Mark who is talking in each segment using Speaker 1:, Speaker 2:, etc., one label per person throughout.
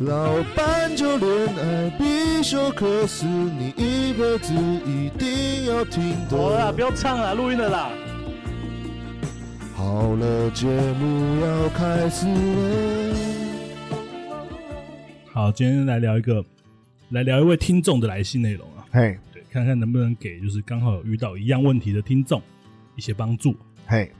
Speaker 1: 老板就恋爱必修课是你一辈子一定要听
Speaker 2: 好了啦，
Speaker 1: 的
Speaker 2: 不。要唱了，录音了啦。
Speaker 1: 好了，节目要开始了。
Speaker 3: 好，今天来聊一个，来聊一位听众的来信内容啊，
Speaker 1: 嘿，
Speaker 3: 对，看看能不能给就是刚好有遇到一样问题的听众一些帮助。
Speaker 1: 嘿，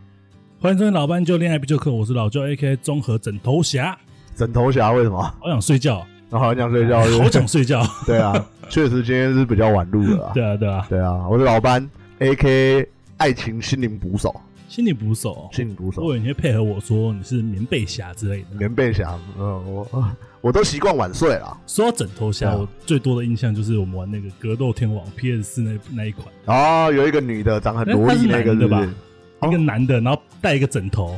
Speaker 3: 欢迎收听老班就恋爱必修课，我是老舅 A K 综合枕头侠，
Speaker 1: 枕头侠为什么？
Speaker 3: 好想睡觉啊，
Speaker 1: 我好想睡觉。
Speaker 3: 好想睡觉，
Speaker 1: 对啊，确实今天是比较晚录了啊。
Speaker 3: 对啊对啊，
Speaker 1: 对啊，我是老班，A K 爱情心灵捕手，
Speaker 3: 心里捕手，
Speaker 1: 心灵捕
Speaker 3: 如
Speaker 1: 手，
Speaker 3: 果你会配合我说你是棉被侠之类的，
Speaker 1: 棉被侠。嗯，我 我都习惯晚睡啦。
Speaker 3: 说到枕头侠，
Speaker 1: 对啊
Speaker 3: 我最多的印象就是我们玩那个格斗天王 PS 四那那一款，
Speaker 1: 哦，有一个女的长很
Speaker 3: 哎
Speaker 1: 萝
Speaker 3: 她是
Speaker 1: 莉那个
Speaker 3: 男的
Speaker 1: 是不
Speaker 3: 吧
Speaker 1: 是？哦
Speaker 3: 一个男的，然后带一个枕头，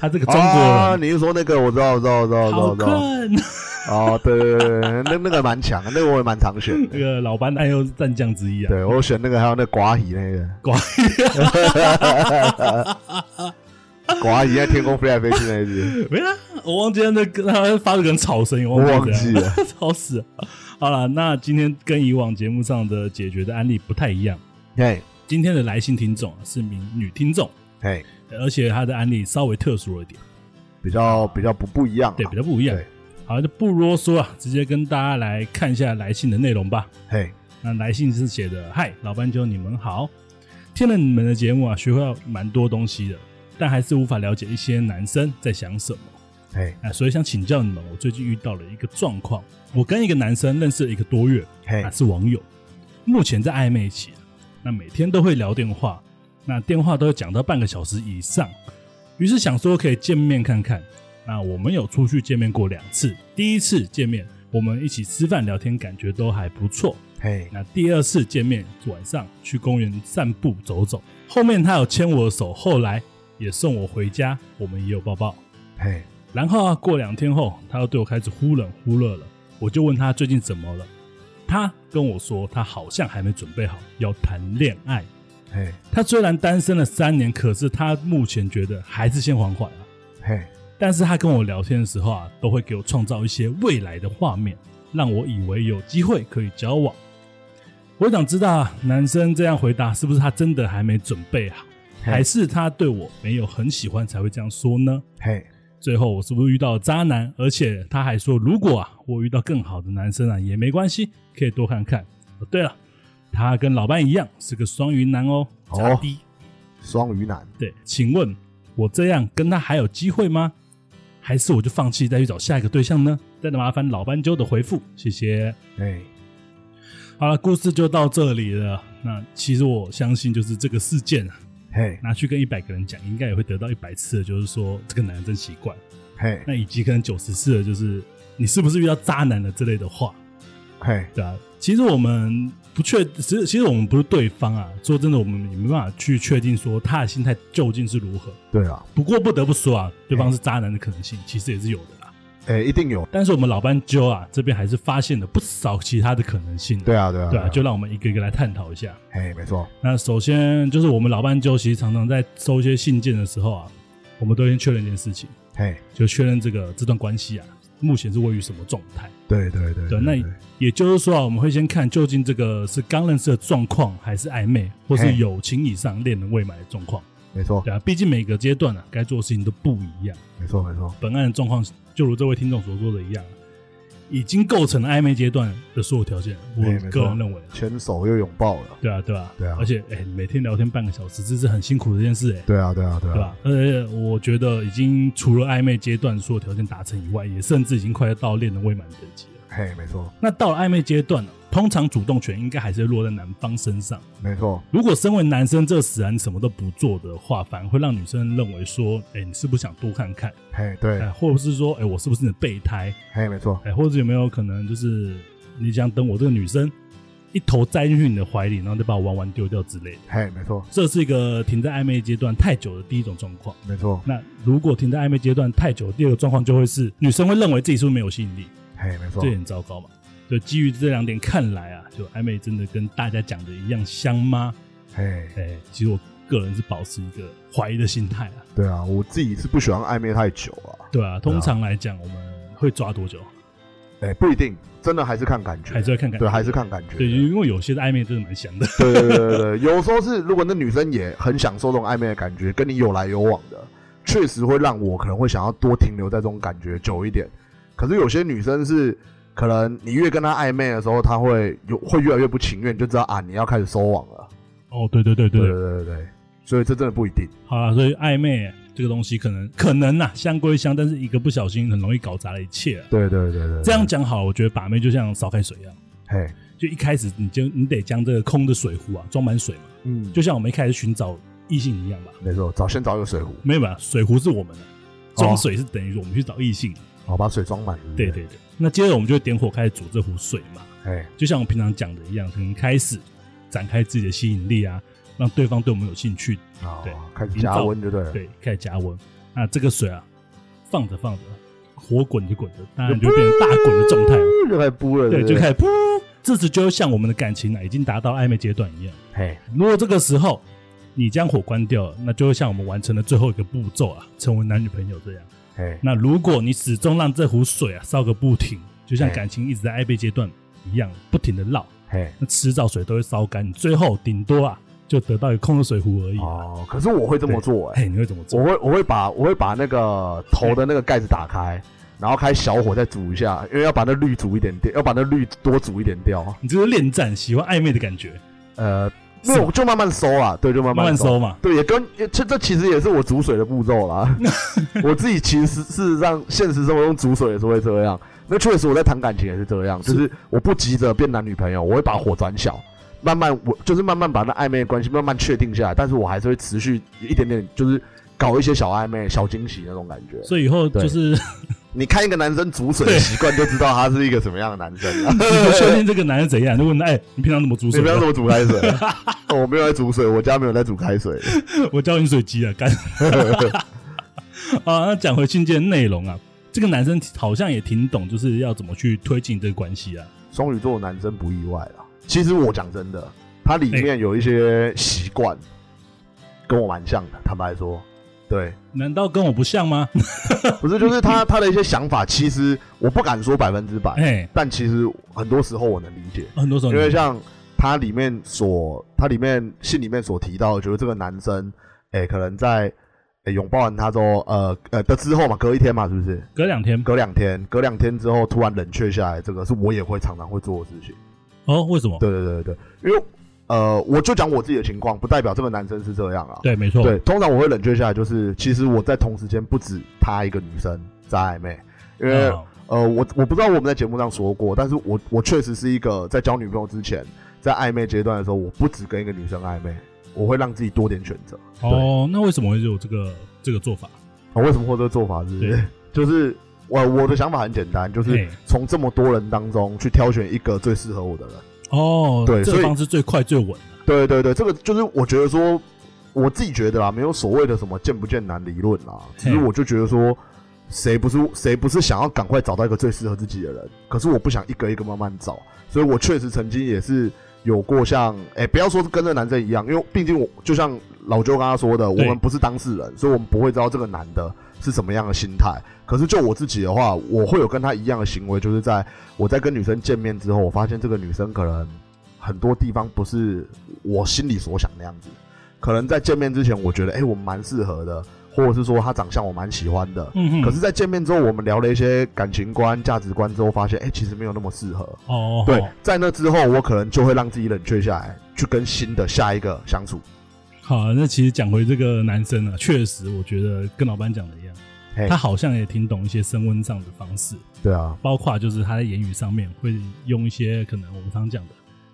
Speaker 3: 他这个中
Speaker 1: 啊，
Speaker 3: 国人。
Speaker 1: 你是说那个？我知道，我知道，我知道，
Speaker 3: 好
Speaker 1: 我知道，我知
Speaker 3: 看，
Speaker 1: 道。哦，对对对，对那那个蛮强，的，那个我也蛮常选的
Speaker 3: 那。个老班爱又是战将之一啊，
Speaker 1: 对我选那个，还有那寡喜那个
Speaker 3: 瓜
Speaker 1: 寡喜在天空飞来飞去那一只，
Speaker 3: 没啦，我忘记他那个他发了个人吵声音，我
Speaker 1: 我忘
Speaker 3: 怎样
Speaker 1: 记了。
Speaker 3: 吵死了好了，那今天跟以往节目上的解决的案例不太一样，
Speaker 1: 嘿，
Speaker 3: 今天的来信听众啊是名女听众，
Speaker 1: 嘿，
Speaker 3: 而且她的案例稍微特殊了一点，
Speaker 1: 比较比较不不一样啊。
Speaker 3: 对，比较不一样
Speaker 1: 对。
Speaker 3: 好，就不啰嗦啊，直接跟大家来看一下来信的内容吧。
Speaker 1: 嘿，
Speaker 3: 那来信是写的：“嗨，老班兄，你们好。听了你们的节目啊，学会了蛮多东西的，但还是无法了解一些男生在想什么。”
Speaker 1: 嘿，
Speaker 3: 啊，所以想请教你们，我最近遇到了一个状况，我跟一个男生认识了一个多月，
Speaker 1: 嘿
Speaker 3: 啊，，是网友，目前在暧昧期，那每天都会聊电话，那电话都会讲到半个小时以上，于是想说可以见面看看。那我们有出去见面过两次，第一次见面我们一起吃饭聊天，感觉都还不错。
Speaker 1: 嘿，
Speaker 3: 那第二次见面晚上去公园散步走走，后面他有牵我的手，后来也送我回家，我们也有抱抱。
Speaker 1: 嘿，
Speaker 3: 然后啊，过两天后，他又对我开始忽冷忽热了。我就问他最近怎么了，他跟我说他好像还没准备好要谈恋爱。
Speaker 1: 嘿，
Speaker 3: 他虽然单身了三年，可是他目前觉得还是先缓缓啊。
Speaker 1: 嘿，
Speaker 3: 但是他跟我聊天的时候啊，都会给我创造一些未来的画面，让我以为有机会可以交往。我想知道啊男生这样回答是不是他真的还没准备好，
Speaker 1: 嘿
Speaker 3: 还是他对我没有很喜欢才会这样说呢？
Speaker 1: 嘿，
Speaker 3: 最后我是不是遇到渣男？而且他还说，如果啊我遇到更好的男生啊也没关系，可以多看看。哦，对了，他跟老班一样是个双鱼男哦，
Speaker 1: 哦
Speaker 3: 渣低。
Speaker 1: 双鱼男。
Speaker 3: 对，请问我这样跟他还有机会吗？还是我就放弃再去找下一个对象呢？真的麻烦老斑鸠的回复，谢谢。
Speaker 1: 哎，
Speaker 3: 好了，故事就到这里了。那其实我相信，就是这个事件啊，
Speaker 1: 嘿，
Speaker 3: 拿去跟一百个人讲，应该也会得到一百次的，就是说这个男人真奇怪。
Speaker 1: 嘿，
Speaker 3: 那以及可能九十次的就是你是不是遇到渣男了之类的话，
Speaker 1: 嘿，
Speaker 3: 对啊。其实我们不确，其实其实我们不是对方啊。说真的，我们也没办法去确定说他的心态究竟是如何。
Speaker 1: 对啊，
Speaker 3: 不过不得不说啊，对方是渣男的可能
Speaker 1: 嗯
Speaker 3: 性其实也是有的啦。
Speaker 1: 哎，一定有。
Speaker 3: 但是我们老班鸠啊这边还是发现了不少其他的可能性。
Speaker 1: 对啊，对啊，
Speaker 3: 对啊，就让我们一个一个来探讨一下。
Speaker 1: 嘿，没错。
Speaker 3: 那首先就是我们老班鸠其实常常在收一些信件的时候啊，我们都先确认一件事情，
Speaker 1: 嘿，
Speaker 3: 就确认这个这段关系啊目前是位于什么状态。
Speaker 1: 对对对
Speaker 3: 对，那
Speaker 1: 对
Speaker 3: 也就是说啊，我们会先看究竟这个是刚认识的状况，还是暧昧，或是
Speaker 1: 嘿
Speaker 3: 友情以上恋人未满的状况。
Speaker 1: 没错，
Speaker 3: 对啊，毕竟每个阶段啊，该做的事情都不一样。
Speaker 1: 没错，没错。
Speaker 3: 本案的状况，就如这位听众所说的一样，已经构成了暧昧阶段的所有条件。我
Speaker 1: 对没错
Speaker 3: 个人认为啊，
Speaker 1: 牵手又拥抱了。
Speaker 3: 对啊，对啊，
Speaker 1: 对啊
Speaker 3: 而且，哎、每天聊天半个小时，这是很辛苦的一件事、哎，
Speaker 1: 对啊，对啊，对
Speaker 3: 对
Speaker 1: 啊，
Speaker 3: 吧？而且，呃我觉得已经除了暧昧阶段所有条件达成以外，也甚至已经快要到恋人未满等级了。
Speaker 1: 嘿，没错，
Speaker 3: 那到了暧昧阶段呢、通常主动权应该还是落在男方身上。
Speaker 1: 没错，
Speaker 3: 如果身为男生这死然什么都不做的话，反而会让女生认为说，哎、你是不是想多看看？
Speaker 1: 嘿，
Speaker 3: 哎、
Speaker 1: 对，
Speaker 3: 或者是说，哎、我是不是你的备胎？
Speaker 1: 嘿，没错，
Speaker 3: 哎，或者有没有可能就是你想等我这个女生一头栽进去你的怀里，然后再把我玩完丢掉之类的？
Speaker 1: 嘿，没错，
Speaker 3: 这是一个停在暧昧阶段太久的第一种状况。
Speaker 1: 没错，
Speaker 3: 那如果停在暧昧阶段太久，第二个状况就会是女生会认为自己是不是没有吸引力，
Speaker 1: 嘿，没错
Speaker 3: 这，也很糟糕嘛。就基于这两点看来啊，就暧昧真的跟大家讲的一样香吗？
Speaker 1: 嘿，
Speaker 3: 哎，其实我个人是保持一个怀疑的心态啊。
Speaker 1: 对啊，我自己是不喜欢暧昧太久啊。
Speaker 3: 对啊，通常来讲，我们会抓多久？
Speaker 1: 哎、不一定，真的还是看感觉，
Speaker 3: 还是要看感
Speaker 1: 对，
Speaker 3: 觉。
Speaker 1: 还是看感觉。
Speaker 3: 对，因为有些的暧昧真的蛮香的。
Speaker 1: 对对对对对，有时候是如果那女生也很享受这种暧昧的感觉，跟你有来有往的，确实会让我可能会想要多停留在这种感觉久一点。可是有些女生是，可能你越跟她暧昧的时候，她会有会越来越不情愿，就知道啊你要开始收网了。
Speaker 3: 哦，对对对对
Speaker 1: 对
Speaker 3: 对
Speaker 1: 对，对对对，所以这真的不一定。
Speaker 3: 好啦，所以暧昧这个东西可能可能呐、香归香，但是一个不小心很容易搞砸了一切啊。
Speaker 1: 对对对对对，
Speaker 3: 这样讲好，我觉得把妹就像烧开水一样，
Speaker 1: 嘿，
Speaker 3: 就一开始你就你得将这个空的水壶啊装满水嘛，
Speaker 1: 嗯，
Speaker 3: 就像我们一开始寻找异性一样吧。
Speaker 1: 没错，找先找一个水壶，
Speaker 3: 没有吧？水壶是我们的，装
Speaker 1: 哦
Speaker 3: 水是等于我们去找异性。
Speaker 1: 好把水装满。
Speaker 3: 对对对。那接着我们就点火开始煮这壶水嘛，
Speaker 1: 不，哎，
Speaker 3: 就像我们平常讲的一样，可能开始展开自己的吸引力啊，让对方对我们有兴趣，
Speaker 1: 好
Speaker 3: 对，
Speaker 1: 开始
Speaker 3: 营
Speaker 1: 加
Speaker 3: 造
Speaker 1: 温就对了。
Speaker 3: 对，开始加温。那这个水啊，放着放着，火滚着滚着，当然就变成大滚的状态了。
Speaker 1: 就开始扑了，
Speaker 3: 对，
Speaker 1: 不
Speaker 3: 就开始噗。这时就像我们的感情啊，已经达到暧昧阶段一样。
Speaker 1: 嘿，
Speaker 3: 如果这个时候你将火关掉了，那就会像我们完成了最后一个步骤啊，成为男女朋友这样。
Speaker 1: 嘿，
Speaker 3: 那如果你始终让这壶水啊烧个不停，就像
Speaker 1: 哎
Speaker 3: 感情一直在暧昧阶段一样，不停的绕，
Speaker 1: 嘿。
Speaker 3: 那迟早水都会烧干，你最后顶多啊就得到一个空的水壶而已、啊。
Speaker 1: 哦，可是我会这么做哎、
Speaker 3: 哎，你会怎么
Speaker 1: 我
Speaker 3: 做？
Speaker 1: 会我会把我会把那个头的那个盖子打开，然后开小火再煮一下，因为要把那绿煮一点掉，要把那绿多煮一点掉。
Speaker 3: 你这是恋战，喜欢暧昧的感觉，
Speaker 1: 呃，那我就慢慢收啦，对，就慢
Speaker 3: 慢慢
Speaker 1: 慢收。
Speaker 3: 收嘛。
Speaker 1: 对，也跟也这这其实也是我煮水的步骤啦。我自己其实事实上现实生活中煮水也是会这样，那确实我在谈感情也是这样，就是我不急着变男女朋友，我会把火转小，慢慢我就是慢慢把那暧昧的关系慢慢确定下来，但是我还是会持续一点点，就是搞一些小暧昧、小惊喜那种感觉。
Speaker 3: 所以以后就是
Speaker 1: 你看一个男生煮水的习惯，就知道他是一个什么样的男生了。
Speaker 3: 你不确定这个男人怎样，就问他：哎，你平常怎么煮
Speaker 1: 你
Speaker 3: 水
Speaker 1: 不
Speaker 3: 的？
Speaker 1: 要这么煮开水，哦我没有在煮水，我家没有在煮开水。
Speaker 3: 我教饮水机啊，干。啊，那讲回信件内容啊，这个男生好像也挺懂，就是要怎么去推进这个关系啊。
Speaker 1: 双鱼座的男生不意外啦。其实我讲真的，他里面有一些习惯跟我蛮像的。坦白说，对，
Speaker 3: 难道跟我不像吗？
Speaker 1: 不是就是他他的一些想法，其实我不敢说百分之百，
Speaker 3: 哎，
Speaker 1: 但其实很多时候我能理解，
Speaker 3: 很多时候
Speaker 1: 啊因
Speaker 3: 你
Speaker 1: 为像他里面所他里面信里面所提到的，就是这个男生，哎、可能在。哎拥抱完他之后，呃呃的之后嘛，隔一天嘛，是不是？
Speaker 3: 隔两天
Speaker 1: 隔两天，隔两天之后突然冷却下来，这个是我也会常常会做的事情。
Speaker 3: 哦，为什么？
Speaker 1: 对对对对，对因为呃，我就讲我自己的情况，不代表这个男生是这样啊。
Speaker 3: 对，没错，
Speaker 1: 对，通常我会冷却下来，就是其实我在同时间不止他一个女生在暧昧，因为、
Speaker 3: 哦
Speaker 1: 呃，我我不知道我们在节目上说过，但是我我确实是一个在交女朋友之前，在暧昧阶段的时候，我不止跟一个女生暧昧，我会让自己多点选择。
Speaker 3: 哦，那为什么会有这个这个做法？
Speaker 1: 啊，为什么会有这个做法是不是
Speaker 3: 对？
Speaker 1: 就是我我的想法很简单，就是
Speaker 3: 哎
Speaker 1: 从这么多人当中去挑选一个最适合我的人。
Speaker 3: 哦，
Speaker 1: 对
Speaker 3: 这
Speaker 1: 所
Speaker 3: 个
Speaker 1: 以
Speaker 3: 方式最快最稳啊
Speaker 1: 对对对，这个就是我觉得说，我自己觉得啦，没有所谓的什么见不见男理论啦，只是
Speaker 3: 嘿
Speaker 1: 我就觉得说，谁不是谁不是想要赶快找到一个最适合自己的人？可是我不想一个一个慢慢找，所以我确实曾经也是有过像，哎、不要说是跟这个男生一样，因为毕竟我就像老周刚刚说的，我
Speaker 3: 对
Speaker 1: 们不是当事人，所以我们不会知道这个男的是什么样的心态。可是就我自己的话，我会有跟他一样的行为，就是在我在跟女生见面之后，我发现这个女生可能很多地方不是我心里所想那样子。可能在见面之前，我觉得哎、诶我们蛮适合的，或者是说她长相我蛮喜欢的。
Speaker 3: 嗯哼，
Speaker 1: 可是，在见面之后，我们聊了一些感情观、价值观之后，发现哎、诶其实没有那么适合。
Speaker 3: 哦，
Speaker 1: 对
Speaker 3: 好，
Speaker 1: 在那之后，我可能就会让自己冷却下来，去跟新的下一个相处。
Speaker 3: 好，那其实讲回这个男生啊，确实我觉得跟老板讲的一样
Speaker 1: 嘿，
Speaker 3: 他好像也挺懂一些升温上的方式，
Speaker 1: 对啊，
Speaker 3: 包括就是他在言语上面会用一些可能我们常讲的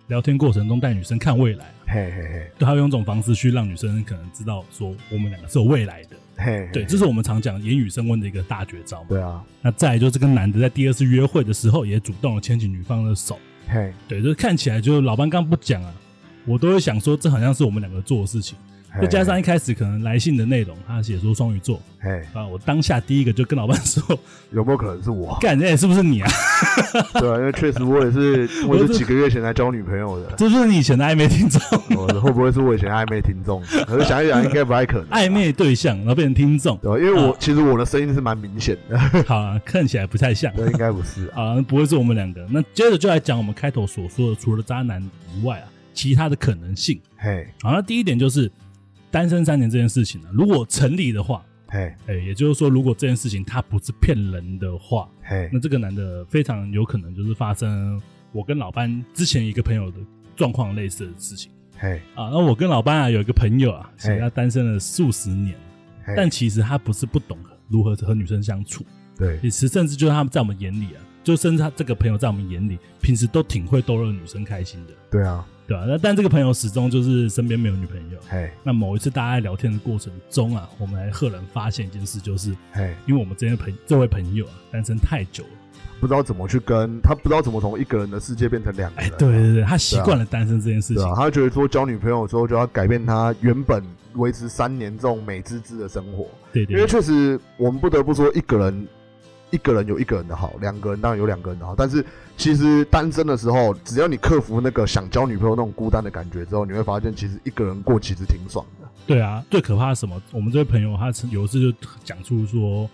Speaker 3: 聊天过程中带女生看未来，
Speaker 1: 嘿嘿嘿
Speaker 3: 对他会用这种方式去让女生可能知道说我们两个是有未来的。
Speaker 1: 嘿，嘿
Speaker 3: 对，这是我们常讲言语升温的一个大绝招嘛。
Speaker 1: 对啊，
Speaker 3: 那再来就是这个男的在第二次约会的时候也主动的牵起女方的手，
Speaker 1: 嘿，
Speaker 3: 对，就是看起来就是老班刚不讲啊，我都会想说这好像是我们两个做的事情，再加上一开始可能来信的内容，他写说双鱼座
Speaker 1: 嘿，
Speaker 3: 啊，我当下第一个就跟老板说，？
Speaker 1: 有没有可能是我
Speaker 3: 干，哎、是不是你啊？
Speaker 1: 对啊，因为确实我也是，我 也
Speaker 3: 我
Speaker 1: 是
Speaker 3: 是
Speaker 1: 几个月前才交女朋友的。
Speaker 3: 这就是你以前的暧昧听众，
Speaker 1: 我哦 会不会是我以前暧昧听众？可是想一想，应该不太可能。
Speaker 3: 暧，昧对象，然后变成听众，
Speaker 1: 对吧？因为
Speaker 3: 嗯
Speaker 1: 我其实我的声音是蛮明显的，
Speaker 3: 好啊，看起来不太像。
Speaker 1: 对，应该不是啊。
Speaker 3: 啊，不会是我们两个。那接着就来讲我们开头所说的，除了渣男以外啊，其他的可能性。
Speaker 1: 嘿，
Speaker 3: 好，那第一点就是单身三年这件事情呢、如果成立的话，
Speaker 1: 嘿，
Speaker 3: 哎、也就是说，如果这件事情它不是骗人的话，
Speaker 1: 嘿
Speaker 3: 那，这个男的非常有可能就是发生我跟老班之前一个朋友的状况类似的事情
Speaker 1: 嘿，
Speaker 3: 啊。那我跟老班啊有一个朋友啊，其实
Speaker 1: 哎
Speaker 3: 他单身了数十年，
Speaker 1: 嘿
Speaker 3: 但其实他不是不懂如何和女生相处。
Speaker 1: 对，
Speaker 3: 也是甚至就是他们在我们眼里啊，就甚至他这个朋友在我们眼里，平时都挺会逗乐女生开心的，
Speaker 1: 对啊，
Speaker 3: 对吧、那但这个朋友始终就是身边没有女朋友。
Speaker 1: 嘿，
Speaker 3: 那某一次大家在聊天的过程中啊，我们还赫然发现一件事，就是
Speaker 1: 嘿，
Speaker 3: 因为我们之间的朋这位朋友啊，单身太久了，
Speaker 1: 不知道怎么去跟他，不知道怎么从一个人的世界变成两个
Speaker 3: 哎
Speaker 1: 人，，啊
Speaker 3: 对对对，他习惯了单身这件事
Speaker 1: 对
Speaker 3: 情
Speaker 1: 啊，，他觉得说交女朋友之后就要改变他原本维持三年这种美滋滋的生活，
Speaker 3: 对
Speaker 1: 因
Speaker 3: 对
Speaker 1: 为
Speaker 3: 对，
Speaker 1: 确实我们不得不说一个人。一个人有一个人的好，两个人当然有两个人的好，但是其实单身的时候，只要你克服那个想交女朋友那种孤单的感觉之后，你会发现其实一个人过其实挺爽的。
Speaker 3: 对啊，最可怕的是什么？我们这位朋友他曾有一次就讲出说，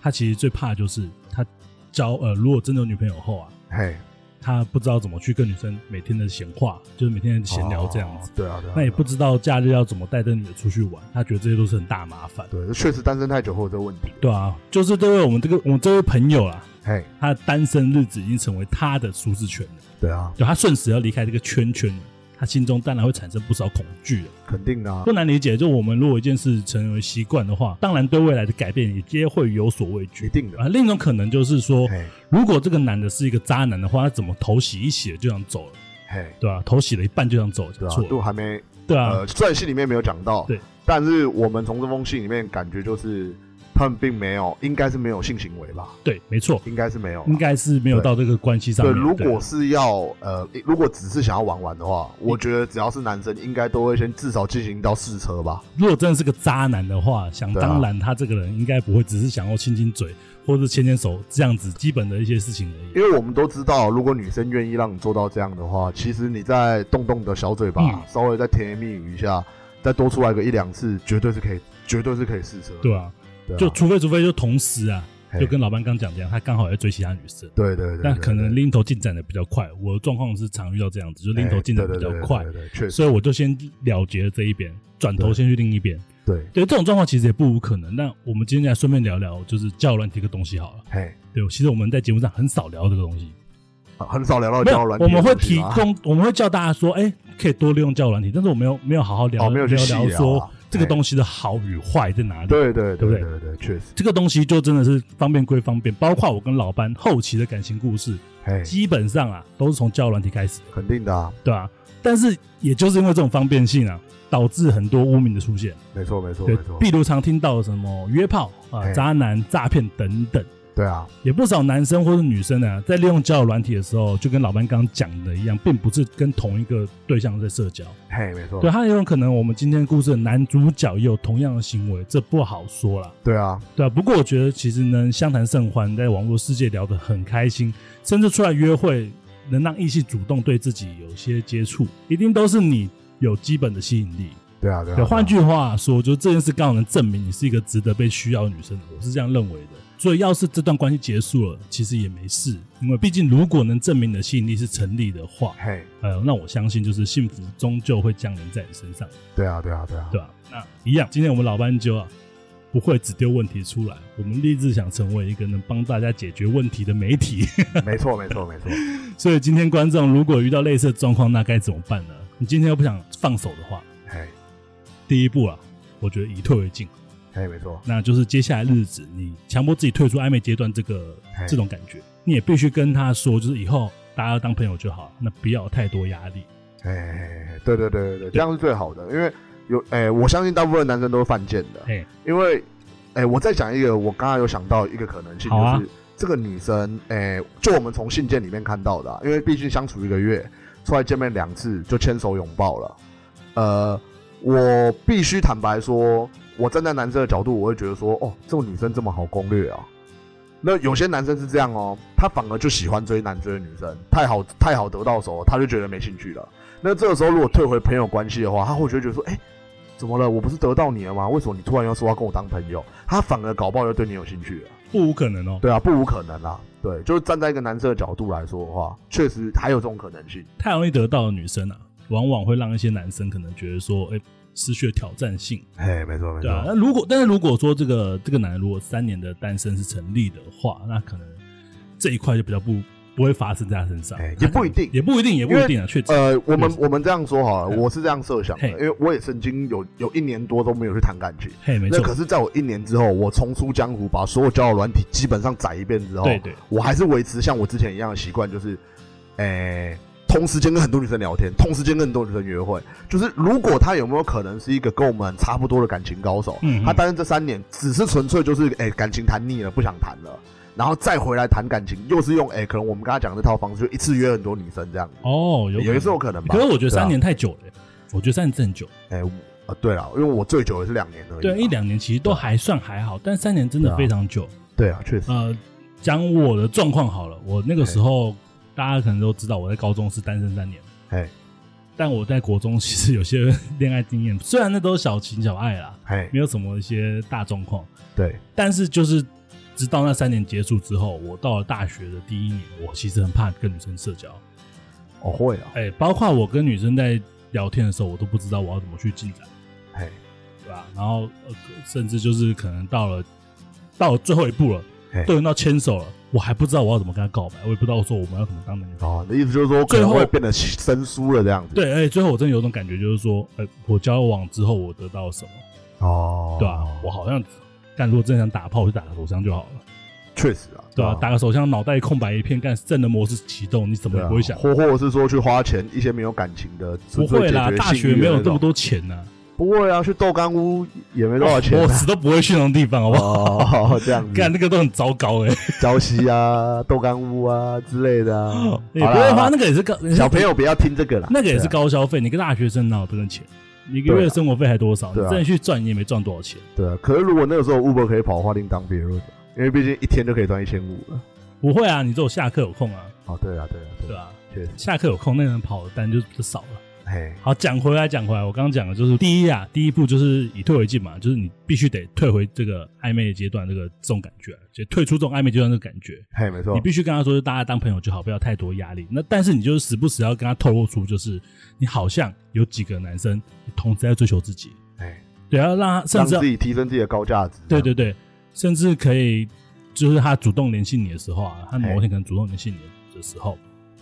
Speaker 3: 他其实最怕的就是他交呃，如果真的有女朋友后啊，
Speaker 1: 嘿，
Speaker 3: 他不知道怎么去跟女生每天的闲话，就是每天的闲聊这样子。
Speaker 1: 哦对啊，对啊，
Speaker 3: 那也不
Speaker 1: 对啊
Speaker 3: 知道假日要怎么带着女的出去玩，他觉得这些都是很大麻烦。
Speaker 1: 对，确实单身太久会有这个问题。
Speaker 3: 对啊，就是这位我们这个我们这位朋友啊，
Speaker 1: 嘿，
Speaker 3: 他的单身日子已经成为他的舒适圈了。
Speaker 1: 对啊，
Speaker 3: 对他瞬时要离开这个圈圈了，他心中当然会产生不少恐惧了。
Speaker 1: 肯定的啊
Speaker 3: 不，难理解，就我们如果一件事成为习惯的话，当然对未来的改变也皆会有所畏
Speaker 1: 一
Speaker 3: 惧。
Speaker 1: 定的。
Speaker 3: 啊，另一种可能就是说，
Speaker 1: 嘿，
Speaker 3: 如果这个男的是一个渣男的话，他怎么头洗一洗就想走了？
Speaker 1: 嘿，
Speaker 3: 对啊，头洗了一半就想走，讲
Speaker 1: 对啊
Speaker 3: 错，
Speaker 1: 都
Speaker 3: 了，
Speaker 1: 还没
Speaker 3: 对啊
Speaker 1: 呃，，虽然信里面没有讲到，
Speaker 3: 对，
Speaker 1: 但是我们从这封信里面感觉就是他们并没有，应该是没有性行为吧，
Speaker 3: 对，没错，
Speaker 1: 应该是没有啦，
Speaker 3: 应该是没有到这个关系上
Speaker 1: 对。
Speaker 3: 面。
Speaker 1: 如
Speaker 3: 对
Speaker 1: 果是要呃，如果只是想要玩玩的话，
Speaker 3: 嗯
Speaker 1: 我觉得只要是男生，应该都会先至少进行到试车吧。
Speaker 3: 如果真的是个渣男的话，想
Speaker 1: 对啊
Speaker 3: 当然他这个人应该不会只是想要亲亲嘴或者牵牵手这样子基本的一些事情而已。啊
Speaker 1: 因为我们都知道，如果女生愿意让你做到这样的话，其实你再动动你的小嘴巴，
Speaker 3: 嗯
Speaker 1: 稍微再甜言蜜语一下，再多出来个一两次，绝对是可以，绝对是可以试车的。
Speaker 3: 对啊，
Speaker 1: 对啊，
Speaker 3: 就除非除非就同时啊，
Speaker 1: 嘿
Speaker 3: 就跟老班刚讲这样，他刚好在追其他女生，
Speaker 1: 对对对，
Speaker 3: 但
Speaker 1: 对
Speaker 3: 可能
Speaker 1: 对
Speaker 3: 拎头进展的比较快。我的状况是常遇到这样子，就拎
Speaker 1: 哎
Speaker 3: 头进展
Speaker 1: 对
Speaker 3: 比较
Speaker 1: 对对
Speaker 3: 快
Speaker 1: 对，对对确实
Speaker 3: 所以我就先了结了这一边，转头
Speaker 1: 对
Speaker 3: 先去另一边。
Speaker 1: 对，
Speaker 3: 对这种状况其实也不无可能。那我们今天来顺便聊聊，就是交友软体这个东西好了。
Speaker 1: 嘿，
Speaker 3: 对，其实我们在节目上很少聊这个东西，
Speaker 1: 啊很少聊到
Speaker 3: 没
Speaker 1: 交
Speaker 3: 有
Speaker 1: 友，软体
Speaker 3: 我
Speaker 1: 的
Speaker 3: 们会
Speaker 1: 东西
Speaker 3: 提
Speaker 1: 吧
Speaker 3: 供，我们会叫大家说，哎、可以多利用交友软体，但是我没有没有好好聊，
Speaker 1: 哦没有去
Speaker 3: 聊
Speaker 1: 细聊啊
Speaker 3: 聊说
Speaker 1: 哎
Speaker 3: 这个东西的好与坏在哪里。
Speaker 1: 对对
Speaker 3: 对不
Speaker 1: 对
Speaker 3: 对
Speaker 1: 对对，确实，
Speaker 3: 这个东西就真的是方便归方便，包括我跟老班后期的感情故事，
Speaker 1: 嘿，
Speaker 3: 基本上啊都是从交友软体开始的，
Speaker 1: 肯定的啊，
Speaker 3: 对吧、但是也就是因为这种方便性啊，导致很多污名的出现。
Speaker 1: 没错没错
Speaker 3: 对
Speaker 1: 没，错
Speaker 3: 比，如常听到什么约炮啊、
Speaker 1: 哎
Speaker 3: 渣男、诈骗等等，
Speaker 1: 对啊，
Speaker 3: 也不少男生或者女生呢、啊，在利用交友软体的时候，就跟老班刚刚讲的一样，并不是跟同一个对象在社交。
Speaker 1: 嘿，没错
Speaker 3: 对，啊他也有可能，我们今天故事的男主角也有同样的行为，这不好说啦。
Speaker 1: 对啊，
Speaker 3: 对啊，不过我觉得其实能相谈甚欢，在网络世界聊得很开心，甚至出来约会，能让异性主动对自己有些接触，一定都是你有基本的吸引力。
Speaker 1: 对啊对啊，
Speaker 3: 对，换
Speaker 1: 对啊
Speaker 3: 句话说，就这件事刚好能证明你是一个值得被需要的女生，我是这样认为的。所以，要是这段关系结束了，其实也没事，因为毕竟如果能证明你的吸引力是成立的话，
Speaker 1: 嘿，
Speaker 3: 呃，那我相信就是幸福终究会降临在你身上，
Speaker 1: 对啊对啊对啊
Speaker 3: 对，吧、那一样，今天我们老斑鸠啊，不会只丢问题出来，我们立志想成为一个能帮大家解决问题的媒体。
Speaker 1: 没错没错没错，
Speaker 3: 所以，今天观众如果遇到类似的状况，那该怎么办呢？你今天又不想放手的话，
Speaker 1: 嘿，
Speaker 3: 第一步啊，我觉得以退为进。
Speaker 1: 嘿，没错，
Speaker 3: 那就是接下来日子，你强迫自己退出暧昧阶段这个
Speaker 1: 哎
Speaker 3: 这种感觉，你也必须跟他说，就是以后大家要当朋友就好，那不要有太多压力。
Speaker 1: 嘿嘿嘿嘿，对对对对对，这样是最好的，因为有，哎，我相信大部分男生都是犯贱的，
Speaker 3: 哎，
Speaker 1: 因为，哎，我再讲一个，我刚刚有想到一个可能性，
Speaker 3: 好啊
Speaker 1: 就是这个女生，哎，就我们从信件里面看到的啊，因为毕竟相处一个月，出来见面两次就牵手拥抱了，呃，我必须坦白说，我站在男生的角度，我会觉得说，哦，这种女生这么好攻略啊。那有些男生是这样哦，他反而就喜欢追男追的女生，太好太好得到手了，他就觉得没兴趣了。那这个时候如果退回朋友关系的话，他或许会觉得说，哎、怎么了？我不是得到你了吗？为什么你突然要说要跟我当朋友？他反而搞不好就对你有兴趣了。
Speaker 3: 不无可能哦，
Speaker 1: 对啊，不无可能啦。对，就是站在一个男生的角度来说的话，确实还有这种可能性。
Speaker 3: 太容易得到的女生啊，往往会让一些男生可能觉得说，哎、失去了挑战性。
Speaker 1: 嘿，没错没
Speaker 3: 对啊，那如果但是如果说这个这个男人如果三年的单身是成立的话，那可能这一块就比较不不会发生在他身上
Speaker 1: 哎，也不一定
Speaker 3: 也不一定，也不一定啊，确实，
Speaker 1: 呃，
Speaker 3: 就
Speaker 1: 我们
Speaker 3: 是
Speaker 1: 我们这样说好了，
Speaker 3: 嘿
Speaker 1: 我是这样设想的，
Speaker 3: 嘿
Speaker 1: 因为我也曾经有有一年多都没有去谈感情。
Speaker 3: 嘿，没
Speaker 1: 那
Speaker 3: 错，
Speaker 1: 可是，在我一年之后，我重出江湖，把所有交友软体基本上载一遍之后，
Speaker 3: 对对，
Speaker 1: 我还是维持像我之前一样的习惯，就是，诶、同时间跟很多女生聊天，同时间跟很多女生约会。就是如果他有没有可能是一个跟我们差不多的感情高手，
Speaker 3: 嗯嗯
Speaker 1: 他担任这三年只是纯粹就是诶、感情谈腻了，不想谈了，然后再回来谈感情，又是用诶、可能我们刚才讲的这套方式，就一次约很多女生这样子，
Speaker 3: 哦，有可
Speaker 1: 也
Speaker 3: 能
Speaker 1: 是有可能吧。
Speaker 3: 可是我觉得
Speaker 1: 对啊
Speaker 3: 三，年太久了、我觉得三年真的很久，
Speaker 1: 诶、我呃对了，因为我最久也是两年而已啊，
Speaker 3: 对，一两年其实都还算还好，但三年真的非常久。
Speaker 1: 对啊，确实，
Speaker 3: 呃，讲我的状况好了，我那个时候大家可能都知道，我在高中是单身三年，
Speaker 1: 嘿，
Speaker 3: 但我在国中其实有些恋爱经验， 虽然那都是小情小爱啦，
Speaker 1: 嘿，
Speaker 3: 没有什么一些大状况，
Speaker 1: 对，
Speaker 3: 但是就是直到那三年结束之后，我到了大学的第一年，我其实很怕跟女生社交，
Speaker 1: 我会啊，
Speaker 3: 哎、包括我跟女生在聊天的时候，我都不知道我要怎么去进展。
Speaker 1: 嘿，
Speaker 3: 对吧？然后、呃、甚至就是可能到了到了最后一步了
Speaker 1: 嘿，
Speaker 3: 对应到牵手了，我还不知道我要怎么跟他告白，我也不知道说我们要怎么当男女朋友。
Speaker 1: 哦，你的意思就是说可
Speaker 3: 最
Speaker 1: 能
Speaker 3: 后
Speaker 1: 会变得生疏了这样子，，
Speaker 3: 对，而且最后我真的有种感觉，就是说，呃，我交往之后我得到了什么，
Speaker 1: 哦，
Speaker 3: 对吧、啊我好像，干如果真的想打炮，我就打个手枪就好了，
Speaker 1: 确实啊，
Speaker 3: 对吧、打个手枪，脑袋空白一片，干正的模式启动，你怎么
Speaker 1: 对
Speaker 3: 也
Speaker 1: 啊
Speaker 3: 不会想？
Speaker 1: 或或者是说去花钱一些没有感情的，
Speaker 3: 不
Speaker 1: 纯粹
Speaker 3: 会啦，
Speaker 1: 解决
Speaker 3: 大
Speaker 1: 性
Speaker 3: 学
Speaker 1: 欲的
Speaker 3: 没有
Speaker 1: 那
Speaker 3: 这么
Speaker 1: 种，
Speaker 3: 多钱呢、
Speaker 1: 不会啊，去豆干屋也没多少钱
Speaker 3: 我
Speaker 1: 啊，
Speaker 3: 死都不会去那种地方，好 不好？
Speaker 1: 哦，这样
Speaker 3: 干
Speaker 1: 子，
Speaker 3: 那个都很糟糕哎、
Speaker 1: 礁溪啊，豆干屋啊之类的啊，
Speaker 3: 也
Speaker 1: 好
Speaker 3: 不
Speaker 1: 啦
Speaker 3: 会
Speaker 1: 好
Speaker 3: 花，
Speaker 1: 啦
Speaker 3: 那个也是个
Speaker 1: 小朋友不要听这个啦，
Speaker 3: 那个也是
Speaker 1: 对啊
Speaker 3: 高消费，你跟大学生哪有这个钱？你一个
Speaker 1: 对
Speaker 3: 月
Speaker 1: 啊
Speaker 3: 的生活费还多少？你
Speaker 1: 对啊
Speaker 3: 真的去赚，你也没赚多少钱。
Speaker 1: 对啊，可是如果那个时候 Uber 可以跑的话，另当别论，哦因为毕竟一天就可以赚一千五了，
Speaker 3: 不会啊，你只有下课有空啊，
Speaker 1: 哦，对啊，对啊，
Speaker 3: 对
Speaker 1: 对啊，
Speaker 3: 吧、
Speaker 1: 确实，
Speaker 3: 下课有空，那个人跑的单就就少了。
Speaker 1: 嘿，
Speaker 3: 好，讲回来，讲回来，我刚刚讲的就是第一啊，第一步就是以退为进嘛，就是你必须得退回这个暧昧的阶段，这个这种感觉，就退出这种暧昧阶段的感觉。
Speaker 1: 嘿，没错
Speaker 3: 你，必须跟他说，大家当朋友就好，不要太多压力。那但是你就是时不时要跟他透露出，就是你好像有几个男生同时在追求自己，
Speaker 1: 嘿，
Speaker 3: 对，要让他甚
Speaker 1: 让
Speaker 3: 至要
Speaker 1: 自己提升自己的高价值，啊
Speaker 3: 对对对，甚至可以，就是他主动联系你的时候啊，他
Speaker 1: 哎
Speaker 3: 某一天可能主动联系你的时候，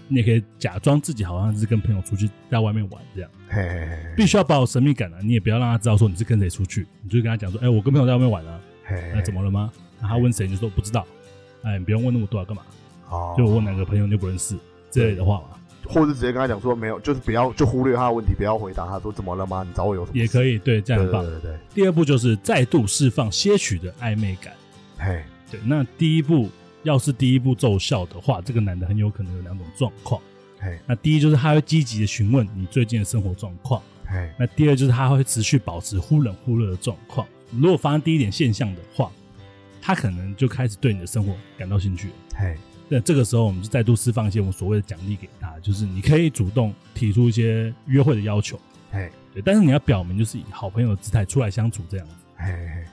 Speaker 3: 你也可以假装自己好像是跟朋友出去在外面玩这样，
Speaker 1: 嘿，嘿嘿
Speaker 3: 必须要保有神秘感啊，你也不要让他知道说你是跟谁出去，你就跟他讲说，哎、我跟朋友在外面玩啊，
Speaker 1: 嘿，嘿
Speaker 3: 那、怎？么了吗？那他问谁你就说不知道，哎、你不用问那么多啊，干嘛？
Speaker 1: 哦，
Speaker 3: 就我问哪个朋友你就不认识之类的话嘛，
Speaker 1: 或者直接跟他讲说没有，就是不要就忽略他的问题，不要回答他说怎么了吗？你找我有什么事？
Speaker 3: 也可以对，这
Speaker 1: 对，
Speaker 3: 样很
Speaker 1: 对
Speaker 3: 棒
Speaker 1: 对。对对，
Speaker 3: 第二步就是再度释放些许的暧昧感。
Speaker 1: 嘿，
Speaker 3: 对，那第一步要是第一步奏效的话，这个男的很有可能有两种状况。
Speaker 1: 嘿，
Speaker 3: 那第一就是他会积极的询问你最近的生活状况，
Speaker 1: 嘿，
Speaker 3: 那第二就是他会持续保持忽冷忽热的状况。如果发生第一点现象的话，他可能就开始对你的生活感到兴趣了。
Speaker 1: 嘿，
Speaker 3: 那这个时候，我们就再度释放一些我们所谓的奖励给他，就是你可以主动提出一些约会的要求，
Speaker 1: 嘿，
Speaker 3: 对，但是你要表明就是以好朋友的姿态出来相处这样子。
Speaker 1: 嘿，嘿，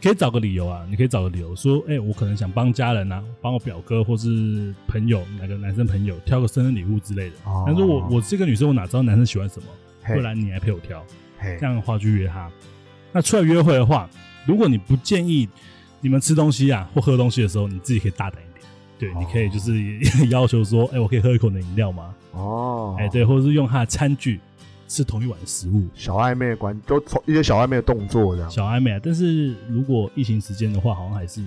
Speaker 3: 可以找个理由啊，你可以找个理由说，哎、我可能想帮家人啊，帮我表哥或是朋友哪个男生朋友挑个生日礼物之类的。
Speaker 1: 哦
Speaker 3: 但是我我是一个女生，我哪知道男生喜欢什么？不
Speaker 1: 嘿，
Speaker 3: 然你来陪我挑，
Speaker 1: 嘿
Speaker 3: 这，样的话去约他。那出来约会的话，如果你不建议你们吃东西啊或喝东西的时候，你自己可以大胆一点。对，
Speaker 1: 哦
Speaker 3: 你可以就是要求说，哎、我可以喝一口你的饮料吗？
Speaker 1: 哦，
Speaker 3: 哎、，对，或者是用他的餐具吃同一碗食物，
Speaker 1: 小暧昧的关，就从一些小暧昧的动作这样。
Speaker 3: 小暧昧啊，但是如果疫情时间的话，好像还是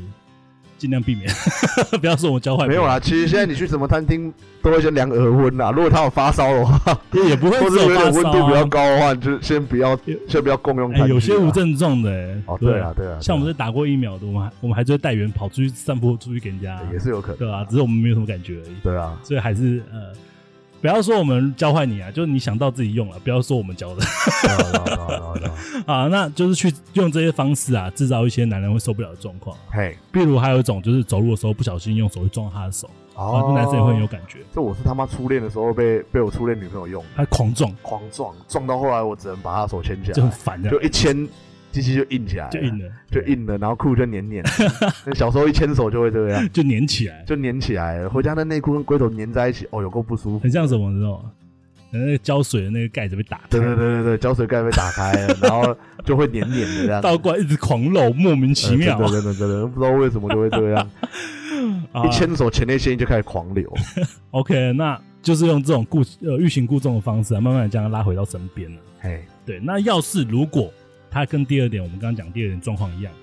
Speaker 3: 尽量避免， 不要说我们教坏
Speaker 1: 没有啦，
Speaker 3: 啊，
Speaker 1: 其实现在你去什么餐厅都会先量额温啦。如果他有发烧 的话，
Speaker 3: 也不会
Speaker 1: 或
Speaker 3: 只
Speaker 1: 者有
Speaker 3: 有发
Speaker 1: 点温
Speaker 3: 烧、
Speaker 1: 度比较
Speaker 3: 啊
Speaker 1: 高的话，你就先不要，先不要共用
Speaker 3: 哎
Speaker 1: 餐具啦。啊
Speaker 3: 有些无症状的、欸，
Speaker 1: 哦，对啊，，对啊，
Speaker 3: 像我们
Speaker 1: 对
Speaker 3: 在打过疫苗的，我们还我们还是会带人跑出去散步，出去给人家
Speaker 1: 啊，也是有可能，
Speaker 3: 对啊，只是我们没有什么感觉而已，
Speaker 1: 对啊，
Speaker 3: 所以还是呃，不要说我们教坏你啊，就是你想到自己用了，不要说我们教的
Speaker 1: 对啊对啊对啊对啊对啊
Speaker 3: 啊，那就是去用这些方式啊，制造一些男人会受不了的状况。啊
Speaker 1: 嘿，
Speaker 3: 比如还有一种就是走路的时候不小心用手去撞他的手，啊，
Speaker 1: 哦
Speaker 3: 这男生也会很有感觉，
Speaker 1: 这我是他妈初恋的时候被被我初恋女朋友用，
Speaker 3: 他狂撞
Speaker 1: 狂撞，撞到后来我只能把她手牵起
Speaker 3: 就很
Speaker 1: 来，
Speaker 3: 烦的，
Speaker 1: 啊就一牵，机器就硬起来了，
Speaker 3: 就硬了，
Speaker 1: 就硬了，然后裤就黏 黏的。那小时候一牵手就会这样，
Speaker 3: 就粘起来，
Speaker 1: 就黏起来了。回家那内裤跟龟头黏在一起，哦，有够不舒服。
Speaker 3: 很像什么，你知道吗？那个胶水的那个盖子被打开
Speaker 1: 对，对对对对，胶水盖被打开了， 然后就会黏黏的这样。
Speaker 3: 倒过来一直狂漏，莫名其妙
Speaker 1: 呃真的真的真的，不知道为什么就会这样。
Speaker 3: 啊
Speaker 1: 一牵手前列腺就开始狂流，
Speaker 3: OK，那就是用这种故呃欲擒故纵的方式啊，慢慢的将他拉回到身边了。
Speaker 1: 嘿，
Speaker 3: 对，那要是如果他跟第二点我们刚刚讲第二点状况一样，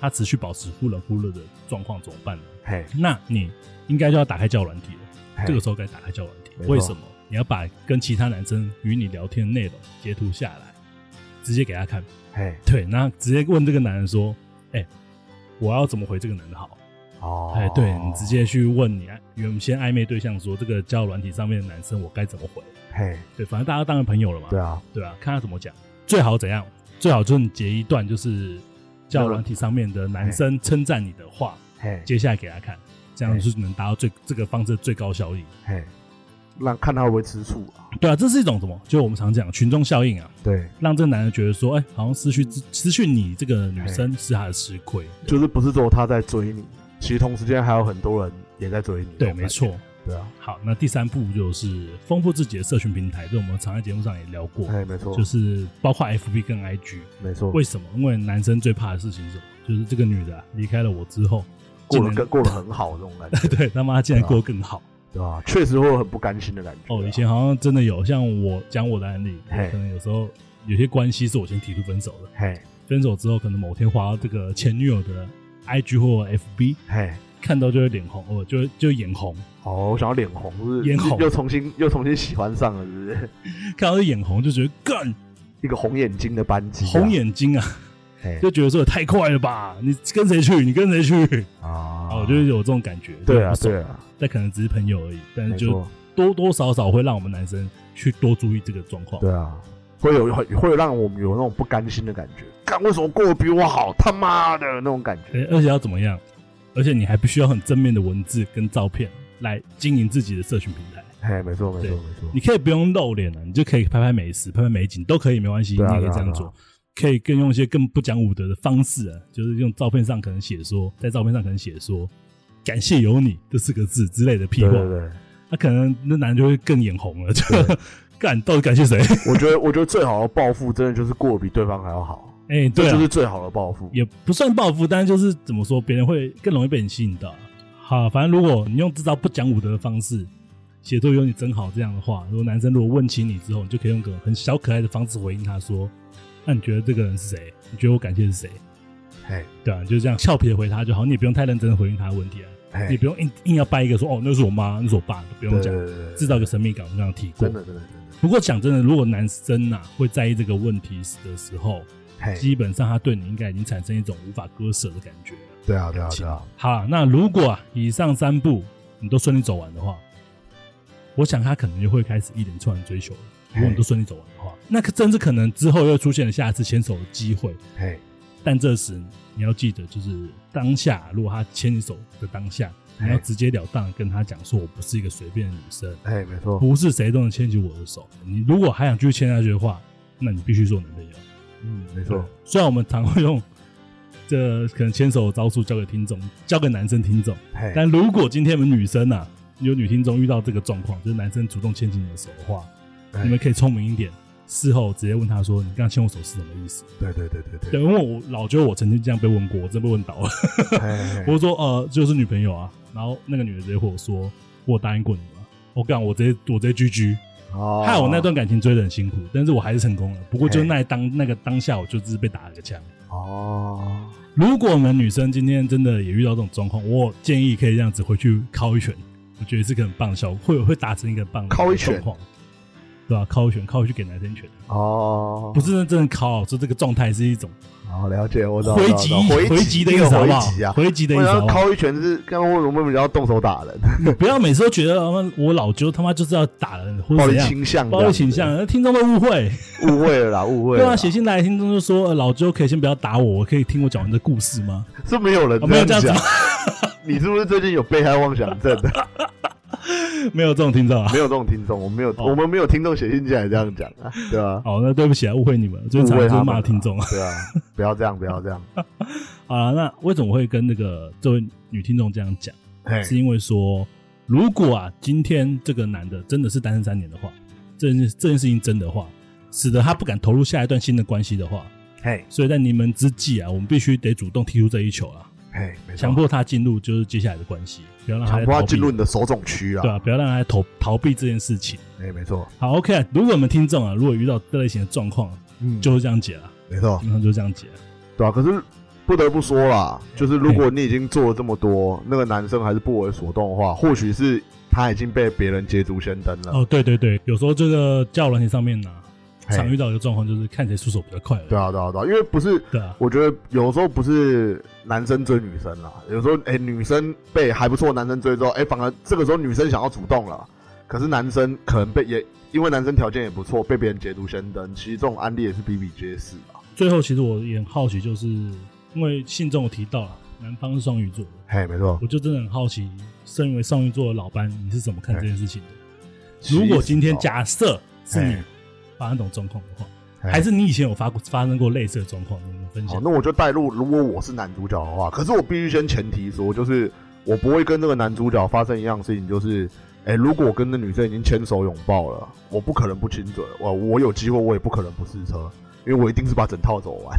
Speaker 3: 他持续保持忽冷忽热的状况怎么办呢？
Speaker 1: 嘿，
Speaker 3: 那你应该就要打开交友软体了。
Speaker 1: 嘿
Speaker 3: 这个时候该打开交友软体
Speaker 1: 没，错
Speaker 3: 为什么？你要把跟其他男生与你聊天的内容截图下来，直接给他看。
Speaker 1: 嘿，
Speaker 3: 对，那直接问这个男人说：“哎、我要怎么回这个男的好？”
Speaker 1: 哦，
Speaker 3: 哎，对你直，接去问你原先暧昧对象说，这个交友软体上面的男生我该怎么回？
Speaker 1: 嘿，
Speaker 3: 对，反正大家当然朋友了嘛，
Speaker 1: 对啊，
Speaker 3: 对啊，看他怎么讲，最好怎样，最好就是你截一段就是交友软体上面的男
Speaker 1: 哎
Speaker 3: 生称赞你的话，
Speaker 1: 嘿，
Speaker 3: 接下来给他看，这样
Speaker 1: 嘿
Speaker 3: 就是能达到最这个方式的最高效益。
Speaker 1: 嘿，让看他会不会吃醋啊？
Speaker 3: 对啊，这是一种什么？就我们常讲群众效应啊，
Speaker 1: 对，
Speaker 3: 让这个男人觉得说，哎、好像失去自失去你这个女生是他的吃亏。
Speaker 1: 就是不是哎只有他在追你，其实同时间还有很多人也在追你。
Speaker 3: 对，没错。
Speaker 1: 对啊，
Speaker 3: 好，那第三步就是丰富自己的社群平台，这我们常在节目上也聊过，
Speaker 1: 哎，没错，
Speaker 3: 就是包括 FB 跟 IG。
Speaker 1: 没错，
Speaker 3: 为什么？因为男生最怕的事情是什么？就是这个女的啊离、开了我之后，
Speaker 1: 过
Speaker 3: 竟
Speaker 1: 得
Speaker 3: 然
Speaker 1: 更过得很好这种感觉，
Speaker 3: 对他妈竟然过得更好。
Speaker 1: 对吧？确实会有很不甘心的感觉啊。
Speaker 3: 哦，以前好像真的有，像我讲我的案例，
Speaker 1: 嘿
Speaker 3: 可能有时候有些关系是我先提出分手的，
Speaker 1: 嘿，
Speaker 3: 分手之后可能某天滑到这个前女友的 IG 或 FB，
Speaker 1: 嘿，
Speaker 3: 看到就会脸红，哦，就会就会眼红，
Speaker 1: 哦，我想要脸红，是不是
Speaker 3: 眼红
Speaker 1: 又重新又重新喜欢上了，是不是？
Speaker 3: 看到就眼红，就觉得干
Speaker 1: 一个红眼睛的班机啊，
Speaker 3: 红眼睛啊，
Speaker 1: 嘿
Speaker 3: 就觉得说也太快了吧，你跟谁去？你跟谁去？
Speaker 1: 啊
Speaker 3: 啊，我就会有这种感觉。
Speaker 1: 对啊，
Speaker 3: 就不爽
Speaker 1: 对，啊，
Speaker 3: 但可能只是朋友而已，但是
Speaker 1: 没
Speaker 3: 就哦
Speaker 1: 错，
Speaker 3: 多多少少会让我们男生去多注意这个状况。
Speaker 1: 对啊，会有会有让我们有那种不甘心的感觉，干为什么过得比我好，他妈的那种感觉，
Speaker 3: 对，而且要怎么样？而且你还必须要很正面的文字跟照片来经营自己的社群平台。
Speaker 1: 嘿，没错，没
Speaker 3: 对
Speaker 1: 错，没错，
Speaker 3: 你可以不用露脸了、啊你就可以拍拍美食、拍拍美景都可以，没关系，你
Speaker 1: 对啊
Speaker 3: 也可以
Speaker 1: 对啊
Speaker 3: 这样
Speaker 1: 对啊
Speaker 3: 做。可以更用一些更不讲武德的方式啊，就是用照片上可能写说，在照片上可能写说“感谢有你”这四个字之类的屁
Speaker 1: 对
Speaker 3: 话，
Speaker 1: 对 对。
Speaker 3: 那可能那男人就会更眼红了，就 干到底感谢谁？
Speaker 1: 我觉得，我觉得最好的报复，真的就是过得比对方还要好，
Speaker 3: 哎、对、
Speaker 1: 这
Speaker 3: 啊，
Speaker 1: 就是最好的报复。
Speaker 3: 也不算报复，但是就是怎么说，别人会更容易被你吸引到啊。好，反正如果你用这招不讲武德的方式写作“有你真好”这样的话，如果男生如果问起你之后，你就可以用个很小可爱的方式回应他说：“那你觉得这个人是谁？你觉得我感谢是谁
Speaker 1: 嘿，？”
Speaker 3: 对啊，你就这样俏皮的回他就好，你也不用太认真的回应他的问题啊，你也
Speaker 1: 嘿，
Speaker 3: 不用硬硬要掰一个说“哦，那是我妈，那是我爸”，都不
Speaker 1: 对
Speaker 3: 用
Speaker 1: 对
Speaker 3: 讲，
Speaker 1: 对对
Speaker 3: 制
Speaker 1: 对，
Speaker 3: 造一个神秘感。我们刚刚提过
Speaker 1: 真，的真的真的，
Speaker 3: 不过讲真的，如果男生呐、会在意这个问题的时候，
Speaker 1: 嘿，
Speaker 3: 基本上他对你应该已经产生一种无法割舍的感觉了。
Speaker 1: 对啊对啊对啊，
Speaker 3: 好啦，那如果、啊、以上三步你都顺利走完的话，我想他可能就会开始一连串的追求了。如果你都顺利走完的话，那可甚至可能之后又出现了下一次牵手的机会。
Speaker 1: 嘿，
Speaker 3: 但这时你要记得，就是当下如果他牵你手的当下，
Speaker 1: 嘿
Speaker 3: 你要直截了当地跟他讲说，我不是一个随便的女生，
Speaker 1: 嘿，没错，
Speaker 3: 不是谁都能牵起我的手。你如果还想继续牵下去的话，那你必须做男朋友。
Speaker 1: 嗯，没错，
Speaker 3: 虽然我们常会用这可能牵手的招数交给听众，交给男生听众，
Speaker 1: 嘿，
Speaker 3: 但如果今天我们女生啊，有女听众遇到这个状况，就是男生主动牵起你的手的话，
Speaker 1: 哎
Speaker 3: 你们可以聪明一点，事后直接问他说：“你刚刚牵我手是什么意思
Speaker 1: 对对对对？”对
Speaker 3: 对，因为我老觉得我曾经这样被问过，我真被问倒了。
Speaker 1: 嘿，嘿
Speaker 3: 我
Speaker 1: 嘿
Speaker 3: 就说：“呃，就是女朋友啊。”然后那个女的直接回我说：“我答应过你吗？”我干，我直接我直接居居，
Speaker 1: 哦
Speaker 3: 害我那段感情追得很辛苦，但是我还是成功了。不过就
Speaker 1: 嘿
Speaker 3: 那当那个当下，我就只是被打了个枪。
Speaker 1: 哦，
Speaker 3: 如果我们女生今天真的也遇到这种状况，我建议可以这样子回去敲一拳，我觉得是个很棒的效果，会会达成一个很棒的
Speaker 1: 敲一拳
Speaker 3: 状况。对吧、靠一拳，靠一拳给男生拳，
Speaker 1: 哦，
Speaker 3: 不是真的真的靠，是这个状态是一种
Speaker 1: 好了解，我知道
Speaker 3: 回
Speaker 1: 我知
Speaker 3: 击
Speaker 1: 道回
Speaker 3: 回
Speaker 1: 击
Speaker 3: 击的意
Speaker 1: 那
Speaker 3: 思，
Speaker 1: 个
Speaker 3: 好不
Speaker 1: 回击
Speaker 3: 好？
Speaker 1: 啊！
Speaker 3: 回击的意
Speaker 1: 我
Speaker 3: 思，好
Speaker 1: 想
Speaker 3: 不好？
Speaker 1: 敲一拳是，刚刚为什么比较动手打人，
Speaker 3: 你不要每次都觉得啊我老舅他妈就是要打人或者
Speaker 1: 暴
Speaker 3: 怎
Speaker 1: 力
Speaker 3: 样。
Speaker 1: 倾向，
Speaker 3: 暴力倾，向，那听众都误会。
Speaker 1: 误会了啦，误会
Speaker 3: 对
Speaker 1: 了啦。
Speaker 3: 啊，写信来的听众就说：“呃老周可以先不要打我，我可以听我讲完这故事 吗
Speaker 1: 是没有人？”
Speaker 3: 啊，没有这
Speaker 1: 这
Speaker 3: 样
Speaker 1: 样
Speaker 3: 子
Speaker 1: 讲，， 你是不是最近有被害妄想症 的？
Speaker 3: 没有这种听众啊。
Speaker 1: 没有这种听众，我们没有，
Speaker 3: 哦
Speaker 1: 我们没有听众写信进来这样讲啊，对吧？
Speaker 3: 好，那对不起啊，误会你们了，就是
Speaker 1: 误
Speaker 3: 常常就
Speaker 1: 会
Speaker 3: 是
Speaker 1: 他们
Speaker 3: 骂
Speaker 1: 了
Speaker 3: 听众啊。
Speaker 1: 对啊，不要这样，不 要这样。
Speaker 3: 好了，那为什么我会跟那个这位女听众这样讲？
Speaker 1: 嘿，
Speaker 3: 是因为说，如果啊，今天这个男的真的是单身三年的话，这件这件事情真的话，使得他不敢投入下一段新的关系的话，
Speaker 1: 嘿，
Speaker 3: 所以在临门之际啊，我们必须得主动踢出这一球啊，
Speaker 1: 嘿，没错
Speaker 3: 强迫他进入就是接下来的关系，不要让他
Speaker 1: 强
Speaker 3: 再
Speaker 1: 迫
Speaker 3: 逃
Speaker 1: 他
Speaker 3: 避
Speaker 1: 进入你的手冢区
Speaker 3: 对
Speaker 1: 啊。
Speaker 3: 啊，不要让他再逃逃避这件事情。
Speaker 1: 哎，没错，
Speaker 3: 好，OK，啊如果我们听众啊，如果遇到这类型的状况，
Speaker 1: 嗯，
Speaker 3: 就是这样解了，
Speaker 1: 没错，
Speaker 3: 基本上就是这样解了。
Speaker 1: 对啊。可是不得不说啦，
Speaker 3: 嗯
Speaker 1: 就是如果你已经做了这么多，那个男生还是不为所动的话，或许是他已经被别人捷足先登了。
Speaker 3: 哦，对对对，有时候这个教软体上面呢、
Speaker 1: 嘿
Speaker 3: 常遇到一个状况就是看谁出手比较快而已。
Speaker 1: 对啊，对啊，对啊，因为不是
Speaker 3: 对啊，
Speaker 1: 我觉得有时候不是男生追女生啦，有时候哎、女生被还不错的男生追之后，哎、反而这个时候女生想要主动了，可是男生可能被也因为男生条件也不错，被别人捷足先登，其实这种案例也是比比皆是啊。
Speaker 3: 最后其实我也很好奇，就是因为信中有提到了男方是双鱼座的，
Speaker 1: 嘿，没错。
Speaker 3: 我就真的很好奇，身为双鱼座的老班，你是怎么看这件事情的？
Speaker 1: 其实
Speaker 3: 如果今天假设是你
Speaker 1: 哎
Speaker 3: 发生这种状况的话，
Speaker 1: 哎
Speaker 3: 还是你以前有发过发生过类似的状况，你们分
Speaker 1: 好，
Speaker 3: 享？
Speaker 1: 那我就带入，如果我是男主角的话，可是我必须先前提说，就是我不会跟这个男主角发生一样的事情，就是，哎、如果我跟那女生已经牵手拥抱了，我不可能不亲嘴，我我有机会，我也不可能不试车，因为我一定是把整套走完。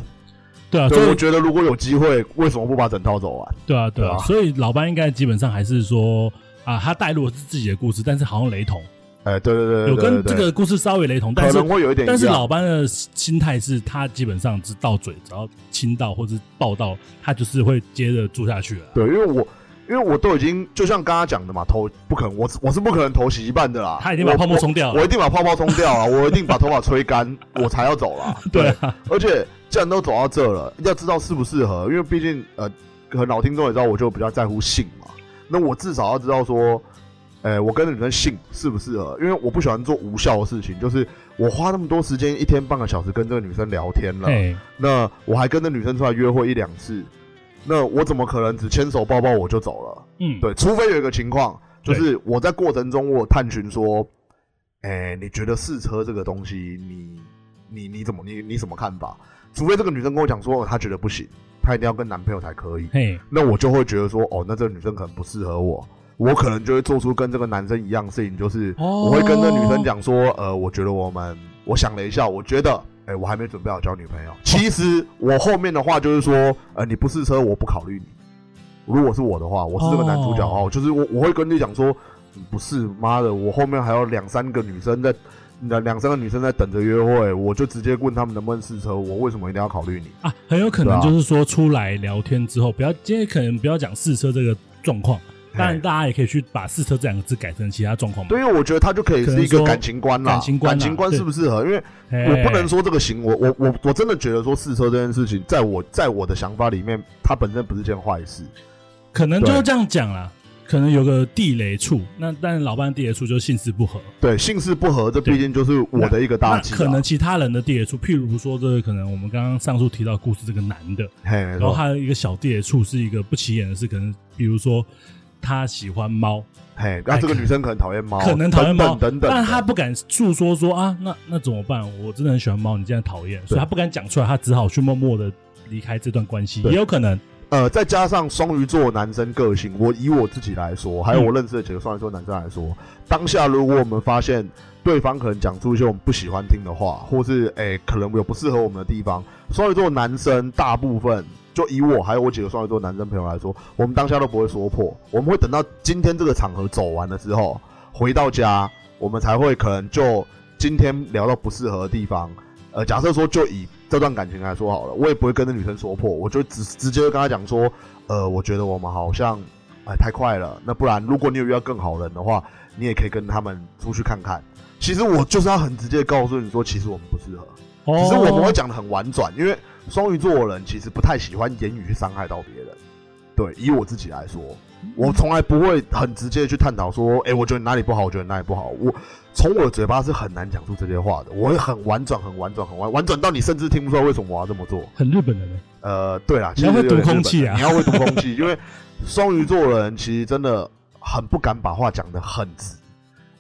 Speaker 3: 对啊，所
Speaker 1: 对，我
Speaker 3: 以
Speaker 1: 觉得如果有机会，为什么不把整套走完？
Speaker 3: 对啊，对
Speaker 1: 对
Speaker 3: 啊，
Speaker 1: 啊
Speaker 3: 所以老班应该基本上还是说啊，他带入的是自己的故事，但是好像雷同，
Speaker 1: 哎、对对对
Speaker 3: 有
Speaker 1: 对对
Speaker 3: 跟
Speaker 1: 对
Speaker 3: 这个故事稍微雷同，但
Speaker 1: 可
Speaker 3: 是
Speaker 1: 能会有一点一样，
Speaker 3: 但是老班的心态是他基本上只到嘴，只要亲到或是抱到，他就是会接着住下去了啊。
Speaker 1: 对，因为我。因为我都已经就像刚刚讲的嘛，头不可能，我是我是不可能头洗一半的啦。
Speaker 3: 他已经把
Speaker 1: 我
Speaker 3: 泡沫冲掉
Speaker 1: 啊我
Speaker 3: 了
Speaker 1: 一。定把泡泡冲掉了，我一定把头发吹干，我才要走啦。
Speaker 3: 对啊，
Speaker 1: 而且既然都走到这了，要知道适不适合，因为毕竟呃，可能老听众也知道，我就比较在乎性嘛。那我至少要知道说，呃，我跟女生性适不适合，因为我不喜欢做无效的事情，就是我花那么多时间，一天半个小时跟这个女生聊天 了，
Speaker 3: 哎，
Speaker 1: 那我还跟这女生出来约会一两次，那我怎么可能只牵手抱抱我就走了？
Speaker 3: 嗯，
Speaker 1: 对，除非有一个情况，就
Speaker 3: 对
Speaker 1: 是我在过程中我有探寻说，哎、你觉得试车这个东西，你你你怎么你你什么看法？除非这个女生跟我讲说，哦她觉得不行，她一定要跟男朋友才可以，
Speaker 3: 嘿，
Speaker 1: 那我就会觉得说，哦，那这个女生可能不适合我，我可能就会做出跟这个男生一样的事情，就是
Speaker 3: 哦
Speaker 1: 我会跟这女生讲说，呃，我觉得我们，我想了一下，我觉得。哎、我还没准备好交女朋友。其实我后面的话就是说，呃，你不试车，我不考虑你。如果是我的话，我是这个男主角哦，就是我我会跟你讲说，嗯不是，妈的，我后面还有两三个女生在，两两三个女生在等着约会，我就直接问他们能不能试车，我为什么一定要考虑你？
Speaker 3: 啊，很有可能就是说出来聊天之后，不要今天可能不要讲试车这个状况，当然
Speaker 1: 嘿
Speaker 3: 大家也可以去把试车这两个字改成其他状况嘛。
Speaker 1: 对，因为我觉得他就可以
Speaker 3: 可
Speaker 1: 是一
Speaker 3: 能
Speaker 1: 个
Speaker 3: 说
Speaker 1: 感情观啦，
Speaker 3: 感情观啦对哎
Speaker 1: 适不适合？因为
Speaker 3: 嘿，
Speaker 1: 我不能说这个行，我我我我真的觉得说试车这件事情，在我在我的想法里面，它本身不是件坏事。
Speaker 3: 可能就
Speaker 1: 对
Speaker 3: 是这样讲啦，可能有个地雷处，那但老班的地雷处就是性事不合，
Speaker 1: 对，性事不合，这
Speaker 3: 对
Speaker 1: 毕竟就是我的一个大
Speaker 3: 那
Speaker 1: 忌啊啦。
Speaker 3: 可能其他人的地雷处，譬如说这个可能我们刚刚上述提到故事这个男的，
Speaker 1: 嘿，没
Speaker 3: 然后
Speaker 1: 错，
Speaker 3: 哦他的一个小地雷处是一个不起眼的事，可能比如说他喜欢猫，
Speaker 1: 嘿，那、这个女生可能讨厌猫，
Speaker 3: 哎可能讨厌猫，
Speaker 1: 等等等等，
Speaker 3: 但他不敢诉说说啊，那那怎么办？我真的很喜欢猫，你这样讨厌，所以他不敢讲出来，他只好去默默的离开这段关系，
Speaker 1: 对
Speaker 3: 也有可能。
Speaker 1: 呃，再加上双鱼座男生个性，我以我自己来说，还有我认识的几个双鱼座男生来说，当下如果我们发现对方可能讲出一些我们不喜欢听的话，或是诶、可能有不适合我们的地方，双鱼座男生大部分就以我还有我几个双鱼座男生朋友来说，我们当下都不会说破，我们会等到今天这个场合走完了之后，回到家，我们才会可能就今天聊到不适合的地方，呃，假设说就以这段感情来说好了，我也不会跟那女生说破，我就直直接跟她讲说，呃，我觉得我们好像哎太快了，那不然如果你有遇到更好人的话，你也可以跟他们出去看看。其实我就是要很直接告诉你说，其实我们不适合。
Speaker 3: 哦，
Speaker 1: 只是我们会讲的很婉转，因为双鱼座的人其实不太喜欢言语去伤害到别人。对，以我自己来说，我从来不会很直接的去探讨说，哎、我觉得你哪里不好，我觉得你哪里不好。我从我的嘴巴是很难讲出这些话的，我会很婉转，很婉转，很婉婉转到你甚至听不出来为什么我要这么做。
Speaker 3: 很日本人欸，
Speaker 1: 呃，对啦，
Speaker 3: 你要会
Speaker 1: 其实有点
Speaker 3: 读空气啊
Speaker 1: 日本你要会读空气，因为双鱼座的人其实真的很不敢把话讲得很直，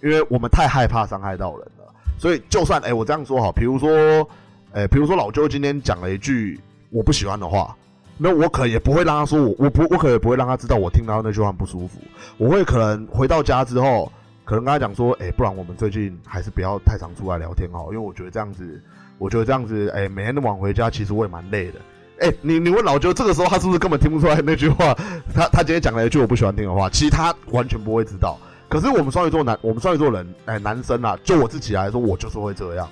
Speaker 1: 因为我们太害怕伤害到人了。所以就算哎、我这样说好，比如说，哎、比如说老周今天讲了一句我不喜欢的话，那我可也不会让他说我，我不，我可也不会让他知道我听到那句话很不舒服。我会可能回到家之后，可能跟他讲说，哎、不然我们最近还是不要太常出来聊天哦好，因为我觉得这样子，我觉得这样子，哎、每天那么晚回家，其实我也蛮累的。哎、你你问老舅，这个时候他是不是根本听不出来那句话？他他今天讲了一句我不喜欢听的话，其实他完全不会知道。可是我们双鱼座男，我们双鱼座人，哎、男生啊，就我自己来说，我就是会这样。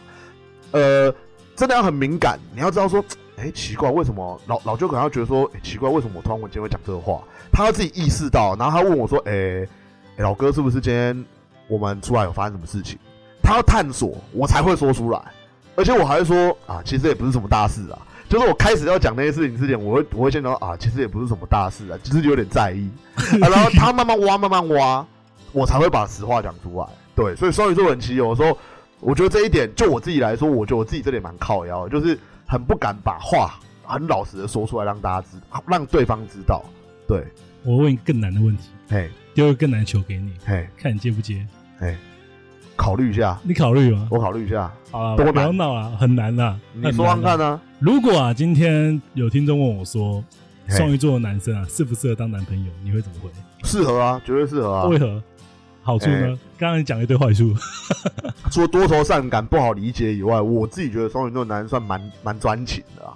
Speaker 1: 呃，真的要很敏感，你要知道说，哎、奇怪，为什么老老舅可能要觉得说、哎奇怪，为什么我突然我今天会讲这个话？他要自己意识到，然后他问我说，哎、哎老哥，是不是今天我们出来有发生什么事情？他要探索，我才会说出来。而且我还会说啊，其实也不是什么大事啊。就是我开始要讲那些事情之前，我会我会先说啊，其实也不是什么大事啊，只是有点在意、啊然后他慢慢挖，慢慢挖，我才会把实话讲出来。对，所以双鱼座人其实有的时候，我觉得这一点，就我自己来说，我觉得我自己这点蛮靠腰的，就是很不敢把话很老实的说出来，让大家知，让对方知道。对，
Speaker 3: 我问一个更难的问题，
Speaker 1: 嘿，
Speaker 3: 丢一个更难的球给你，
Speaker 1: 嘿，
Speaker 3: 看你接不接？
Speaker 1: 考虑一下，
Speaker 3: 你考虑吗？
Speaker 1: 我考虑一下，
Speaker 3: 好啦
Speaker 1: 多
Speaker 3: 不要
Speaker 1: 难
Speaker 3: 闹了，很难啦。
Speaker 1: 你说看
Speaker 3: 很难啦
Speaker 1: 看呢、
Speaker 3: 如果啊，今天有听众问我说，
Speaker 1: 嘿
Speaker 3: 双鱼座的男生啊，适不适合当男朋友？你会怎么回？
Speaker 1: 适合啊，绝对适合啊。
Speaker 3: 为何？好处呢
Speaker 1: 哎？
Speaker 3: 刚刚你讲了一堆坏处，
Speaker 1: 除了多愁善感不好理解以外，我自己觉得双鱼座男人算蛮蛮专情的啊。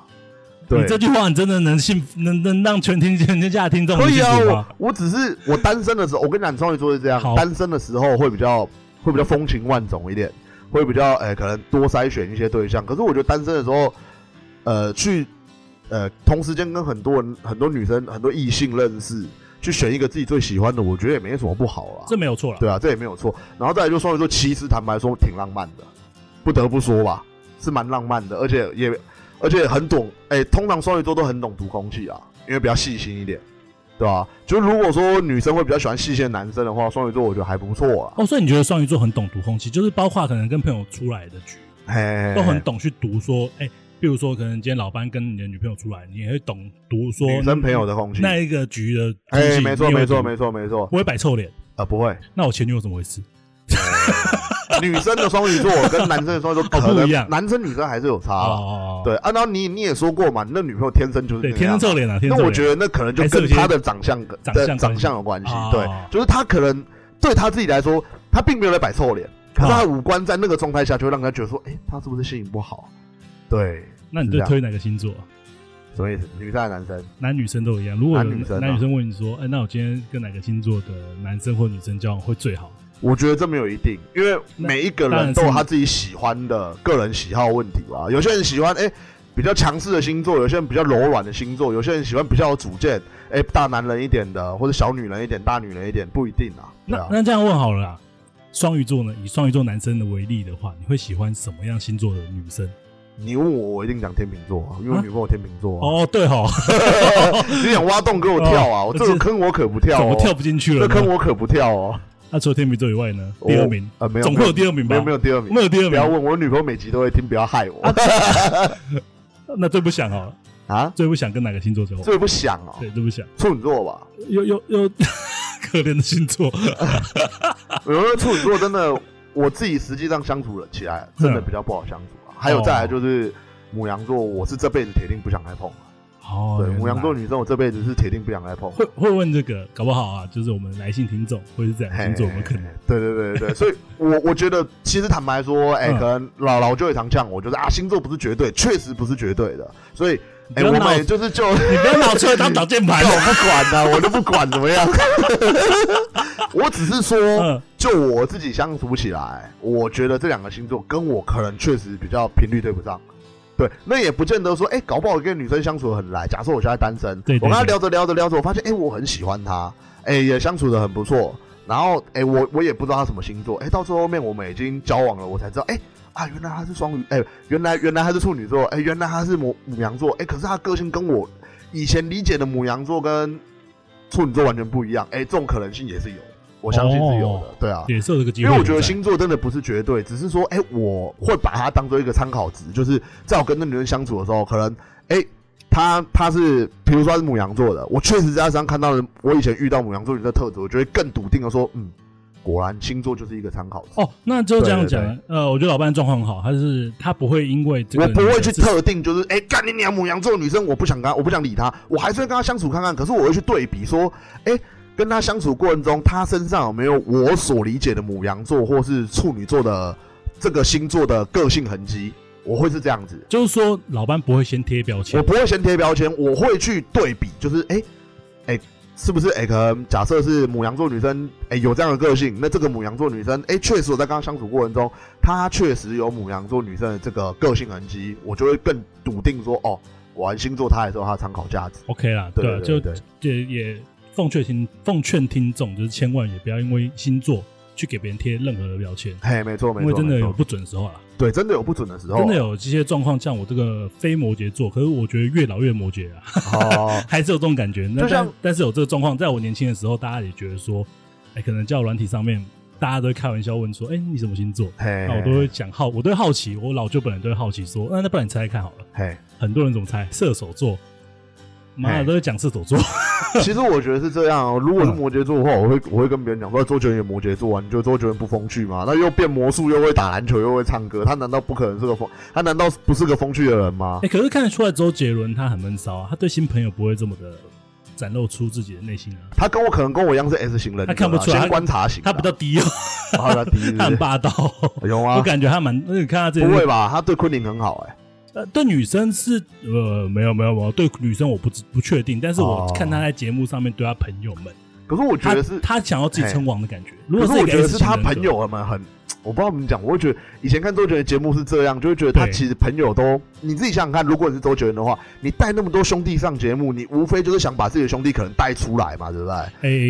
Speaker 1: 对，
Speaker 3: 你这句话你真的能信，能能让全天全天下的听众
Speaker 1: 可以啊
Speaker 3: 很幸福吗
Speaker 1: 我我只是我单身的时候，我跟你讲，双鱼座是这样
Speaker 3: 好，
Speaker 1: 单身的时候会比较会比较风情万种一点，会比较呃可能多筛选一些对象。可是我觉得单身的时候，呃，去呃同时间跟很多人、很多女生、很多异性认识，去选一个自己最喜欢的，我觉得也没什么不好啊。
Speaker 3: 这没有错啦。
Speaker 1: 对啊，这也没有错。然后再来就双鱼座，其实坦白说挺浪漫的，不得不说吧，是蛮浪漫的，而且也而且很懂。哎、通常双鱼座都很懂读空气啊，因为比较细心一点，对吧、就如果说女生会比较喜欢细心的男生的话，双鱼座我觉得还不错啊。
Speaker 3: 哦，所以你觉得双鱼座很懂读空气，就是包括可能跟朋友出来的局，
Speaker 1: 嘿，
Speaker 3: 都很懂去读说，哎、比如说可能今天老班跟你的女朋友出来，你也会懂读说
Speaker 1: 女生朋友的空气。
Speaker 3: 那一个局的空
Speaker 1: 哎、
Speaker 3: 气，
Speaker 1: 没错
Speaker 3: 你也
Speaker 1: 没
Speaker 3: 会
Speaker 1: 错
Speaker 3: 懂
Speaker 1: 没错没错，
Speaker 3: 不会摆臭脸。
Speaker 1: 呃，不会，
Speaker 3: 那我前女友怎么回事？
Speaker 1: 女生的双鱼座跟男生的双鱼座
Speaker 3: 哦
Speaker 1: 可
Speaker 3: 不一
Speaker 1: 能
Speaker 3: 样
Speaker 1: 男生女生还是有差
Speaker 3: 哦哦，
Speaker 1: 啦。
Speaker 3: 哦
Speaker 1: 对，啊，然后你你也说过嘛，你那女朋友天生就是
Speaker 3: 对，
Speaker 1: 那
Speaker 3: 天生
Speaker 1: 样啊
Speaker 3: 臭脸啊，天
Speaker 1: 那
Speaker 3: 生臭脸。
Speaker 1: 我觉得那可能就跟他的长相跟
Speaker 3: 还是有些
Speaker 1: 对
Speaker 3: 长相关系
Speaker 1: 长相有关系
Speaker 3: 哦，
Speaker 1: 对，就是他可能对他自己来说，他并没有在摆臭脸，可是他的五官在那个状态下，就会让人家觉得说，哎，他是不是心情不好？对，
Speaker 3: 那你
Speaker 1: 是这
Speaker 3: 对
Speaker 1: 样
Speaker 3: 推哪个星座啊？
Speaker 1: 什么意思？女生还是男生？
Speaker 3: 男女生都一样。如果有
Speaker 1: 男女生啊
Speaker 3: 男女生问你说，哎、那我今天跟哪个星座的男生或女生交往会最好？
Speaker 1: 我觉得这没有一定，因为每一个人都有
Speaker 3: 那当然是
Speaker 1: 他自己喜欢的个人喜好问题吧。有些人喜欢哎比较强势的星座，有些人比较柔软的星座，有些人喜欢比较有主见，哎大男人一点的，或者小女人一点、大女人一点，不一定啊。
Speaker 3: 那、
Speaker 1: 对啊，
Speaker 3: 那这样问好了啦。双鱼座呢？以双鱼座男生的为例的话，你会喜欢什么样星座的女生？
Speaker 1: 你问我，我一定讲天秤座啊，因为我女朋友天秤座啊。
Speaker 3: 哦，对吼，
Speaker 1: 你想挖洞给我跳啊！
Speaker 3: 哦
Speaker 1: 我这个坑我可不跳
Speaker 3: 怎
Speaker 1: 哦
Speaker 3: 么，跳不进去了
Speaker 1: 这
Speaker 3: 呢？
Speaker 1: 坑我可不跳哦。
Speaker 3: 那除了天秤座以外呢？第二名，
Speaker 1: 我呃没有，
Speaker 3: 总会有第二名吧
Speaker 1: 没有没有第二名
Speaker 3: 没，有第二
Speaker 1: 不要
Speaker 3: 名，啊
Speaker 1: 问我女朋友每集都会听，不要害我
Speaker 3: 那最不想哦，
Speaker 1: 啊！
Speaker 3: 最不想跟哪个星座交往？
Speaker 1: 最不想哦，
Speaker 3: 对，最不想，
Speaker 1: 处女 座吧？
Speaker 3: 又又又可怜的星座，
Speaker 1: 我觉得处女座真的，我自己实际上相处了起来，真的
Speaker 3: 嗯
Speaker 1: 比较不好相处啊。还有再来就是母羊座，我是这辈子铁定不想来碰啊。
Speaker 3: 哦，
Speaker 1: 对，
Speaker 3: 原来
Speaker 1: 母羊座女生我这辈子是铁定不想来碰。啊
Speaker 3: 会会问这个，搞不好啊，就是我们来信听众会是这样星座，我们可能
Speaker 1: 对对对对对，所以我我觉得其实坦白说，哎、
Speaker 3: 嗯
Speaker 1: 可能老老舅也常呛我，就是啊，星座不是绝对，确实不是绝对的，所以
Speaker 3: 你不
Speaker 1: 哎、
Speaker 3: 要
Speaker 1: 我
Speaker 3: 闹，
Speaker 1: 们也
Speaker 3: 你
Speaker 1: 就是 就
Speaker 3: 不要闹出来当挡箭牌
Speaker 1: 那。我不管了、我就不管怎么样， 我只是说，
Speaker 3: 嗯，
Speaker 1: 就我自己相处起来，我觉得这两个星座跟我可能确实比较频率对不上。对，那也不见得说，哎、搞不好跟女生相处得很来。假设我现在单身，
Speaker 3: 对对
Speaker 1: 我跟她
Speaker 3: 对
Speaker 1: 聊着聊着聊着，我发现，哎、我很喜欢她，哎、也相处的很不错。然后哎、我我也不知道他什么星座，哎、到最后面我们已经交往了，我才知道，哎、啊，原来他是双鱼，哎、原来原来他是处女座，哎、原来他是母母羊座，哎、可是他个性跟我以前理解的母羊座跟处女座完全不一样，哎、这种可能性也是有，我相信是有的，
Speaker 3: 哦
Speaker 1: 对啊，
Speaker 3: 也是有这个机
Speaker 1: 因
Speaker 3: 会。
Speaker 1: 为我觉得星座真的不是绝对，只是说，哎、我会把它当做一个参考值，就是在我跟那女人相处的时候，可能，哎、她她是，比如说她是母羊座的，我确实在她身上看到了我以前遇到母羊座人的特质，我就会更笃定的说，嗯，果然星座就是一个参考值。
Speaker 3: 哦，那就这样
Speaker 1: 对对
Speaker 3: 讲。呃，我觉得老伴状况很好，他是他不会因为这个
Speaker 1: 我不会去
Speaker 3: 特
Speaker 1: 特定，就是哎，干、你娘母羊座的女生，我不想跟她，我不想理她，我还是会跟她相处看看。可是我会去对比说，哎、跟她相处过程中，她身上有没有我所理解的母羊座或是处女座的这个星座的个性痕迹？我会是这样子，
Speaker 3: 就是说老班不会先贴标
Speaker 1: 我
Speaker 3: 签。
Speaker 1: 不会先贴标签，我会去对比，就是哎，哎、是不是哎、可能假设是母羊座女生，哎、有这样的个性，那这个母羊座女生，哎、确实我在跟她相处过程中，她确实有母羊座女生的这个个性痕迹，我就会更笃定说，哦，果然星座它还是有它的参考价值。
Speaker 3: OK 啦，
Speaker 1: 对
Speaker 3: 啊
Speaker 1: 对对
Speaker 3: 就也也奉劝听奉劝听众，就是千万也不要因为星座去给别人贴任何的标签，
Speaker 1: 嘿，没错没
Speaker 3: 因为
Speaker 1: 错，
Speaker 3: 真的
Speaker 1: 没
Speaker 3: 有
Speaker 1: 错
Speaker 3: 不准时候啦，
Speaker 1: 对，真的有不准的时候，
Speaker 3: 真的有这些状况。像我这个非摩羯座，可是我觉得越老越摩羯啊，
Speaker 1: 哦，
Speaker 3: 还是有这种感觉。那
Speaker 1: 就像
Speaker 3: 但但是有这个状况，在我年轻的时候，大家也觉得说，哎、可能叫软体上面，大家都会开玩笑问说，哎、你什么星座？
Speaker 1: 嘿，
Speaker 3: 那我都会讲好，我都会好奇，我老舅本人都会好奇说，那那不然你猜猜看好了。
Speaker 1: 嘿。
Speaker 3: 很多人怎么猜？射手座，妈
Speaker 1: 哎
Speaker 3: 的都会讲射手 座。
Speaker 1: 其实我觉得是这样、哦，如果是摩羯座的话，我会我会跟别人讲说周杰伦也摩羯座啊，你觉得周杰伦不风趣吗？那又变魔术，又会打篮球，又会唱歌，他难道不可能是个风？他难道不是个风趣的人吗
Speaker 3: 哎、？可是看得出来周杰伦他很闷骚啊，他对新朋友不会这么的展露出自己的内心啊，
Speaker 1: 他跟我可能跟我一样是 S 型人格
Speaker 3: 他
Speaker 1: 啊，
Speaker 3: 看不出来
Speaker 1: 先观察型啊，
Speaker 3: 他比较低哦，
Speaker 1: 啊，他低是不
Speaker 3: 他很
Speaker 1: 是，
Speaker 3: 霸道。
Speaker 1: 有
Speaker 3: 我
Speaker 1: 吗？
Speaker 3: 感觉他蛮，那你看他这
Speaker 1: 不会吧？他对昆凌很好哎、
Speaker 3: 呃，对女生是呃没有没有没有，对女生我不知不确定，但是我
Speaker 1: 哦
Speaker 3: 看他在节目上面对他朋友们，
Speaker 1: 可是我觉得是，
Speaker 3: 他他想要自己称王的感觉。如
Speaker 1: 可
Speaker 3: 果
Speaker 1: 是
Speaker 3: 一
Speaker 1: 我
Speaker 3: 个
Speaker 1: 觉得
Speaker 3: S
Speaker 1: 是他
Speaker 3: 型人格
Speaker 1: 朋，友们很，我不知道怎么讲，我会觉得以前看周杰伦的节目是这样，就会觉得他
Speaker 3: 对
Speaker 1: 其实朋友都，你自己想想看，如果你是周杰伦的话，你带那么多兄弟上节目，你无非就是想把自己的兄弟可能带出来嘛，对不对？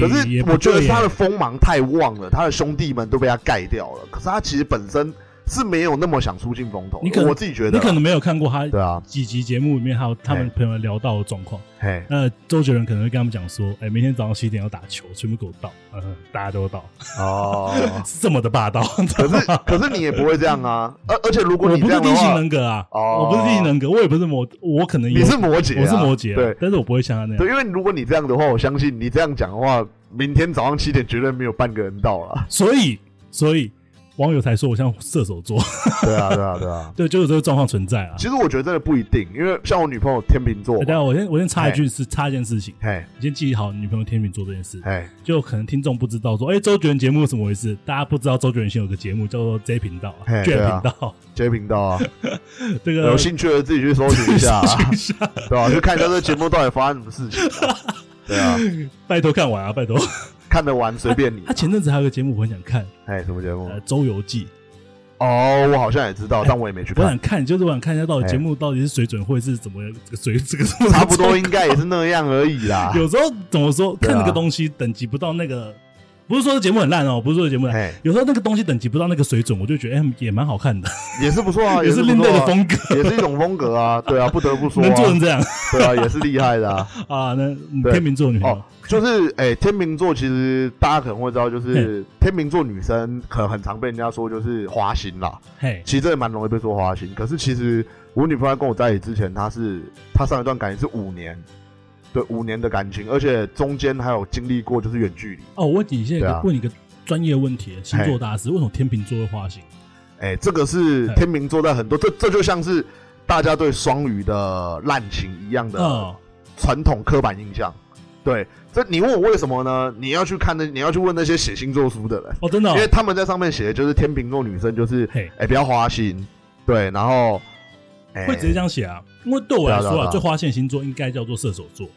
Speaker 3: 哎，
Speaker 1: 可是
Speaker 3: 也不
Speaker 1: 我觉得
Speaker 3: 对耶
Speaker 1: 他的锋芒太旺了，他的兄弟们都被他盖掉了。可是他其实本身是没有那么想出尽风头的，
Speaker 3: 你可能
Speaker 1: 我自己觉得
Speaker 3: 你
Speaker 1: 啊，
Speaker 3: 可能没有看过他
Speaker 1: 对啊，
Speaker 3: 几集节目里面，还有他们朋友聊到的状况。
Speaker 1: 嘿，
Speaker 3: 那周杰伦可能会跟他们讲说，哎、明天早上七点要打球，全部给我到，呃，大家都到，
Speaker 1: 哦，
Speaker 3: 是这么的霸道。
Speaker 1: 可是可是你也不会这样啊，而而且如果
Speaker 3: 我
Speaker 1: 你
Speaker 3: 不
Speaker 1: 这
Speaker 3: 是
Speaker 1: 样的
Speaker 3: 地形
Speaker 1: 话，
Speaker 3: 人格啊，
Speaker 1: 哦
Speaker 3: 我不是地形人格，我也不是摩，我可能有
Speaker 1: 你是摩羯啊，
Speaker 3: 我是摩羯、啊，
Speaker 1: 对
Speaker 3: 但是我不会像他那
Speaker 1: 对，
Speaker 3: 样。。
Speaker 1: 因为如果你这样的话，我相信你这样讲的话，明天早上七点绝对没有半个人到了
Speaker 3: 所以，所以网友才说我像射手座，
Speaker 1: 对啊，对啊，对啊。
Speaker 3: 对，就是这个状况存在啊
Speaker 1: 其。实我觉得真的不一定，因为像我女朋友天秤座
Speaker 3: 哎
Speaker 1: 嘛，
Speaker 3: 等一下我先我先插一句是插一件事情，
Speaker 1: 嘿，
Speaker 3: 你先记好你女朋友天秤座这件事，
Speaker 1: 嘿，
Speaker 3: 就可能听众不知道说，哎、周杰伦节目是怎么回事？大家不知道周杰伦先有个节目叫做 J 频道
Speaker 1: 嘿
Speaker 3: ，J
Speaker 1: 对啊
Speaker 3: 频道，
Speaker 1: 这频道啊，
Speaker 3: 这个
Speaker 1: 有兴趣的自己去搜寻一下啊， 对吧、去看一下这节目到底发生什么事情、啊。对啊，
Speaker 3: 拜托看完啊，拜托。
Speaker 1: 看得完随便你
Speaker 3: 他。前阵子还有个节目，我很想看，
Speaker 1: 哎，什么节目
Speaker 3: 啊呃，？《周游记》，
Speaker 1: 哦，我好像也知道，但我也没去
Speaker 3: 我
Speaker 1: 看。
Speaker 3: 想看，就是我想看一下到底
Speaker 1: 哎
Speaker 3: 节目到底是水准会是怎么这个水这个
Speaker 1: 差不多应该也是那样而已 啦。
Speaker 3: 有时候怎么说，
Speaker 1: 对啊
Speaker 3: 看那个东西等级不到那个，不是说节目很烂哦，不是说节目烂，
Speaker 1: 嘿，
Speaker 3: 有时候那个东西等级不到那个水准，我就觉得哎也蛮好 看的，
Speaker 1: 也是不错啊，
Speaker 3: 也
Speaker 1: 是
Speaker 3: 是
Speaker 1: 不
Speaker 3: 另类
Speaker 1: 错
Speaker 3: 的
Speaker 1: 啊，
Speaker 3: 风格，
Speaker 1: 也是一种风格啊。对啊，不得不说
Speaker 3: 能做成
Speaker 1: 啊，
Speaker 3: 这样
Speaker 1: 对啊，也是厉害的、啊。
Speaker 3: 啊？那嗯
Speaker 1: 对
Speaker 3: 天秤座女朋友
Speaker 1: 哦，就是哎、天秤座其实大家可能会知道，
Speaker 3: 嗯
Speaker 1: 就是天秤座女生可能很常被人家说就是花心啦。
Speaker 3: 嘿，
Speaker 1: 其实这也蛮容易被说花心。可是其实我女朋友跟我在一起之前，她是她上一段感情是五年，对五年的感情，而且中间还有经历过就是远距离。
Speaker 3: 哦，我问你现在一
Speaker 1: 对
Speaker 3: 个
Speaker 1: 啊
Speaker 3: 问你一个专业问题，星座大师，为什么天秤座会花心？
Speaker 1: 哎、这个是
Speaker 3: 嗯
Speaker 1: 天秤座在很多这这就像是大家对双鱼的滥情一样的
Speaker 3: 嗯，
Speaker 1: 传统刻板印象。对，这你问我为什么呢？你要去看那你要去问那些写星座书的人。
Speaker 3: 哦，真的哦
Speaker 1: 因，为他们在上面写的就是天秤座女生就是
Speaker 3: 嘿
Speaker 1: 哎、比较花心，对，然后哎
Speaker 3: 会直接这样写啊？因为对我来说
Speaker 1: 对啊对啊
Speaker 3: 啊，
Speaker 1: 对啊
Speaker 3: 最花线星座应该叫做射手座。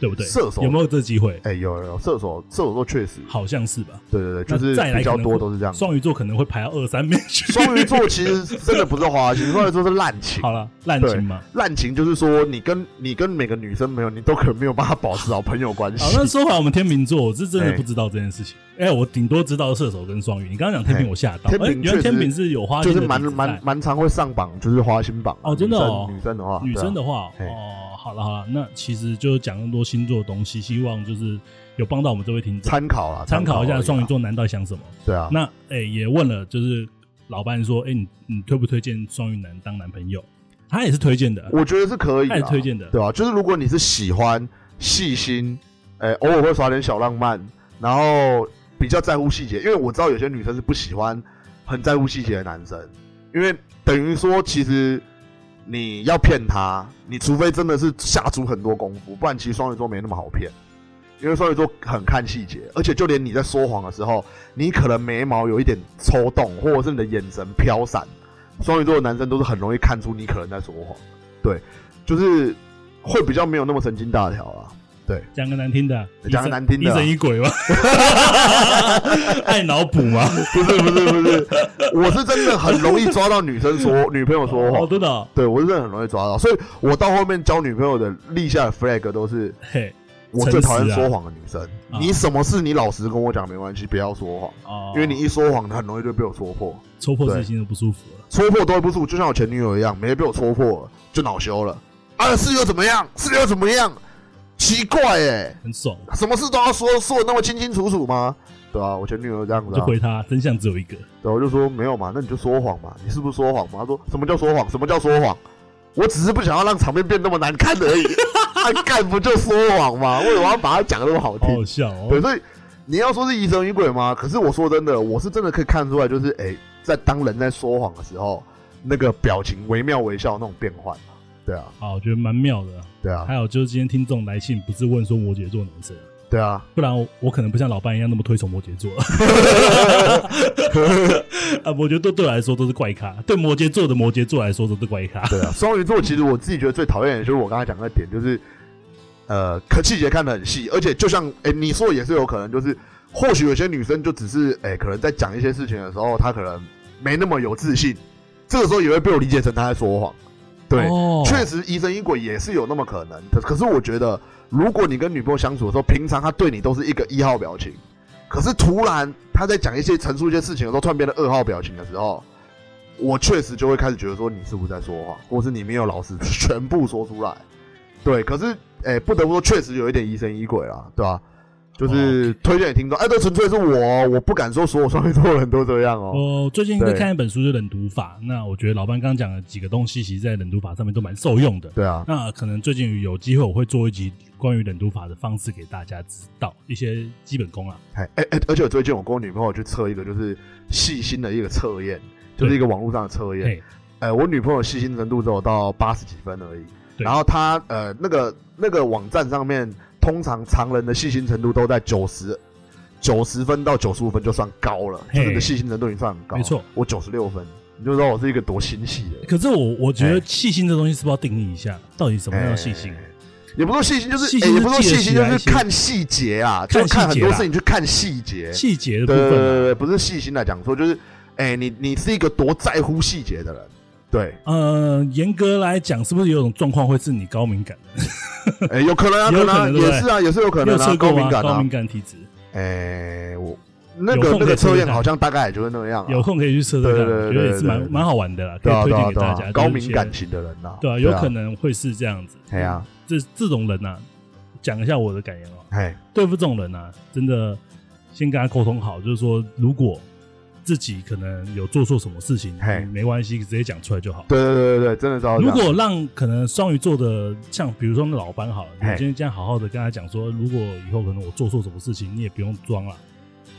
Speaker 3: 对不对？
Speaker 1: 射手
Speaker 3: 有没有这机会？
Speaker 1: 哎、有有有射手，射手座确实，
Speaker 3: 好像是吧。
Speaker 1: 对对对，就
Speaker 3: 那
Speaker 1: 是
Speaker 3: 再来
Speaker 1: 比较
Speaker 3: 可能
Speaker 1: 多
Speaker 3: 会
Speaker 1: 都是这样。
Speaker 3: 双鱼座可能会排到二三名去。
Speaker 1: 双鱼座其实真的不是花心，双鱼座是滥情。
Speaker 3: 好了，滥
Speaker 1: 对
Speaker 3: 情嘛。
Speaker 1: 滥情就是说，你跟你跟每个女生朋友，你都可能没有办法保持好朋友关系
Speaker 3: 好，。 那说回来，我们天秤座，我是真的
Speaker 1: 哎
Speaker 3: 不知道这件事情。哎、我顶多知道射手跟双鱼。你刚刚讲天秤，我吓到。
Speaker 1: 天秤
Speaker 3: 哎原
Speaker 1: 确实
Speaker 3: 来天秤是有花
Speaker 1: 就
Speaker 3: 心的
Speaker 1: 是蛮
Speaker 3: 底子在
Speaker 1: 蛮蛮常会上榜，就是花心榜啊。
Speaker 3: 哦真的哦
Speaker 1: 女生女生的话，
Speaker 3: 女
Speaker 1: 对啊
Speaker 3: 生的话，
Speaker 1: 嘿
Speaker 3: 哦，好了好了，那其实就讲那么多星座的东西，希望就是有帮到我们这位听众
Speaker 1: 参考啊，
Speaker 3: 参考一
Speaker 1: 而已
Speaker 3: 下
Speaker 1: 啊
Speaker 3: 双鱼。座男到底想什么。
Speaker 1: 对啊，
Speaker 3: 那哎、也问了，就是老伴说，哎、你你推不推荐双鱼男当男朋友？他也是推荐的，
Speaker 1: 我觉得是可以
Speaker 3: 他也
Speaker 1: 的，
Speaker 3: 是推荐的。
Speaker 1: 对吧？啊就是如果你是喜欢细心，哎，偶尔会耍点小浪漫，然后比较在乎细节，因为我知道有些女生是不喜欢很在乎细节的男生，因为等于说其实。你要骗她，你除非真的是下足很多功夫，不然其实双鱼座没那么好骗，因为双鱼座很看细节，而且就连你在说谎的时候，你可能眉毛有一点抽动，或者是你的眼神飘散，双鱼座的男生都是很容易看出你可能在说谎，对，就是会比较没有那么神经大条啊。
Speaker 3: 讲个难听的，
Speaker 1: 讲个难听的啊
Speaker 3: 疑神疑鬼 吗？爱脑补吗？
Speaker 1: 不是不是不是，我是真的很容易抓到女 生说女朋友说
Speaker 3: 哦，
Speaker 1: 谎，
Speaker 3: 真的哦，
Speaker 1: 对我是真的很容易抓到，所以我到后面交女朋友的立下的 flag 都是
Speaker 3: 嘿，
Speaker 1: 我最讨厌说谎的女生，
Speaker 3: 啊
Speaker 1: 你什么事你老实跟我讲没关系，不要说谎，
Speaker 3: 哦，
Speaker 1: 因为你一说谎，很容易就被我戳破，
Speaker 3: 戳破自己心都不舒服了。
Speaker 1: 戳破都会不舒服，就像我前女友一样，每天被我戳破了就恼羞了，啊是又怎么样，是又怎么样，奇怪哎、
Speaker 3: 很爽，
Speaker 1: 什么事都要说说的那么清清楚楚吗？对啊，我前女友这样子、
Speaker 3: 就
Speaker 1: 啊，
Speaker 3: 回他真相只有一个，
Speaker 1: 对，我就说没有嘛，那你就说谎嘛，你是不是说谎嘛？她说什么叫说谎？什么叫说谎？我只是不想要让场面变那么难看而已， 他干不就说谎吗？为什么要把它讲的那么好
Speaker 3: 好好
Speaker 1: 听？
Speaker 3: 笑哦
Speaker 1: 对，。所以你要说是疑神疑鬼吗？可是我说真的，我是真的可以看出来，就是哎、在当人在说谎的时候，那个表情惟妙惟肖那种变换，对啊，
Speaker 3: 好，我觉得蛮妙的。
Speaker 1: 对啊
Speaker 3: 还，有就是今天听众来信不是问说摩羯座男生，
Speaker 1: 对啊，
Speaker 3: 不然我我可能不像老伴一样那么推崇摩 羯座。啊，摩羯座对我来说都是怪咖，对摩羯座的摩羯座来说都是怪咖。
Speaker 1: 对啊，双鱼座其实我自己觉得最讨厌的就是我刚才讲的点，就是呃，可细节看得很细，而且就像哎、你说也是有可能，就是或许有些女生就只是哎、可能在讲一些事情的时候，她可能没那么有自信，这个时候也会被我理解成她在说谎。对，
Speaker 3: 哦
Speaker 1: 确、实疑神疑鬼也是有那么可能的。可是我觉得，如果你跟女朋友相处的时候，平常她对你都是一个一号表情，可是突然她在讲一些陈述一些事情的时候，突然变成二号表情的时候，我确实就会开始觉得说你是不是在说谎，或是你没有老实全部说出来。对，可是哎、不得不说，确实有一点疑神疑鬼啦，对吧、
Speaker 3: 哦
Speaker 1: 就是推荐给听众，哎、这纯粹是我哦，我不敢说所有双鱼座的人都这样哦。
Speaker 3: 我最近在
Speaker 1: 对
Speaker 3: 看一本书，就是冷读法。那我觉得老班刚刚讲的几个东西，其实在冷读法上面都蛮受用的。
Speaker 1: 对啊，
Speaker 3: 那可能最近有机会，我会做一集关于冷读法的方式给大家知道一些基本功啊。
Speaker 1: 哎哎、哎而且我最近我跟我女朋友去测一个，就是细心的一个测验，
Speaker 3: 对
Speaker 1: 就是一个网络上的测验。
Speaker 3: 嘿，
Speaker 1: 哎、我女朋友细心程度只有到八十几分而已。
Speaker 3: 对
Speaker 1: 然后她呃，那个那个网站上面，通常常人的细心程度都在九十九十分到九十五分就算高了，
Speaker 3: 嘿
Speaker 1: 就是你的细心程度已经算很高。
Speaker 3: 没错，
Speaker 1: 我九十六分，你就知道我是一个多心细的人。
Speaker 3: 可是我我觉
Speaker 1: 哎
Speaker 3: 得细心这东西是不是要定义一下，到底什么样的细心？
Speaker 1: 哎也不说细心，就是
Speaker 3: 细
Speaker 1: 哎
Speaker 3: 心
Speaker 1: 也
Speaker 3: 是
Speaker 1: 不说
Speaker 3: 记得
Speaker 1: 细心，
Speaker 3: 起来
Speaker 1: 就是
Speaker 3: 一些
Speaker 1: 看细节啊，
Speaker 3: 看
Speaker 1: 就看
Speaker 3: 细
Speaker 1: 很
Speaker 3: 节
Speaker 1: 多
Speaker 3: 啦
Speaker 1: 事情去看细节。
Speaker 3: 细节的部
Speaker 1: 对哎对对
Speaker 3: 分、啊，
Speaker 1: 对，不是细心来讲说，就是，哎、你你是一个多在乎细节的人，对，
Speaker 3: 呃，严格来讲，是不是有种状况会是你高敏感，
Speaker 1: 哎、有可能啊，
Speaker 3: 也有
Speaker 1: 能啊
Speaker 3: 可能对不
Speaker 1: 也
Speaker 3: 对
Speaker 1: 是啊，也是有可
Speaker 3: 你有
Speaker 1: 能
Speaker 3: 测
Speaker 1: 啊，
Speaker 3: 过
Speaker 1: 高
Speaker 3: 吗
Speaker 1: 敏感
Speaker 3: 高
Speaker 1: 啊
Speaker 3: 敏，感体质，
Speaker 1: 哎、我那
Speaker 3: 有
Speaker 1: 个
Speaker 3: 空
Speaker 1: 那
Speaker 3: 可
Speaker 1: 个
Speaker 3: 以测
Speaker 1: 测
Speaker 3: 试
Speaker 1: 验
Speaker 3: 看
Speaker 1: 好像大概也就是那样、啊，
Speaker 3: 有空可以去测测看，
Speaker 1: 对对
Speaker 3: 我
Speaker 1: 对
Speaker 3: 觉得也是
Speaker 1: 对对
Speaker 3: 蛮
Speaker 1: 对
Speaker 3: 蛮好玩的啦，可
Speaker 1: 对
Speaker 3: 以
Speaker 1: 啊
Speaker 3: 推
Speaker 1: 对
Speaker 3: 荐
Speaker 1: 啊
Speaker 3: 给
Speaker 1: 对
Speaker 3: 大
Speaker 1: 啊
Speaker 3: 家。，就
Speaker 1: 高
Speaker 3: 是一
Speaker 1: 敏
Speaker 3: 些
Speaker 1: 感，型的人呐、啊，
Speaker 3: 对啊，有可，能会是这样子。
Speaker 1: 哎呀、啊，
Speaker 3: 这这种人啊，讲一下我的感言哦、
Speaker 1: 哎，
Speaker 3: 对付这种人啊，真的先跟他沟通好，就是说，如果自己可能有做错什么事情
Speaker 1: 嘿，
Speaker 3: 没关系，直接讲出来就好。
Speaker 1: 对对对对对，真的知道这
Speaker 3: 如
Speaker 1: 样，
Speaker 3: 果让可能双鱼座的，像比如说那老班好了，你
Speaker 1: 嘿
Speaker 3: 今天这样好好的跟他讲说，如果以后可能我做错什么事情，你也不用装了，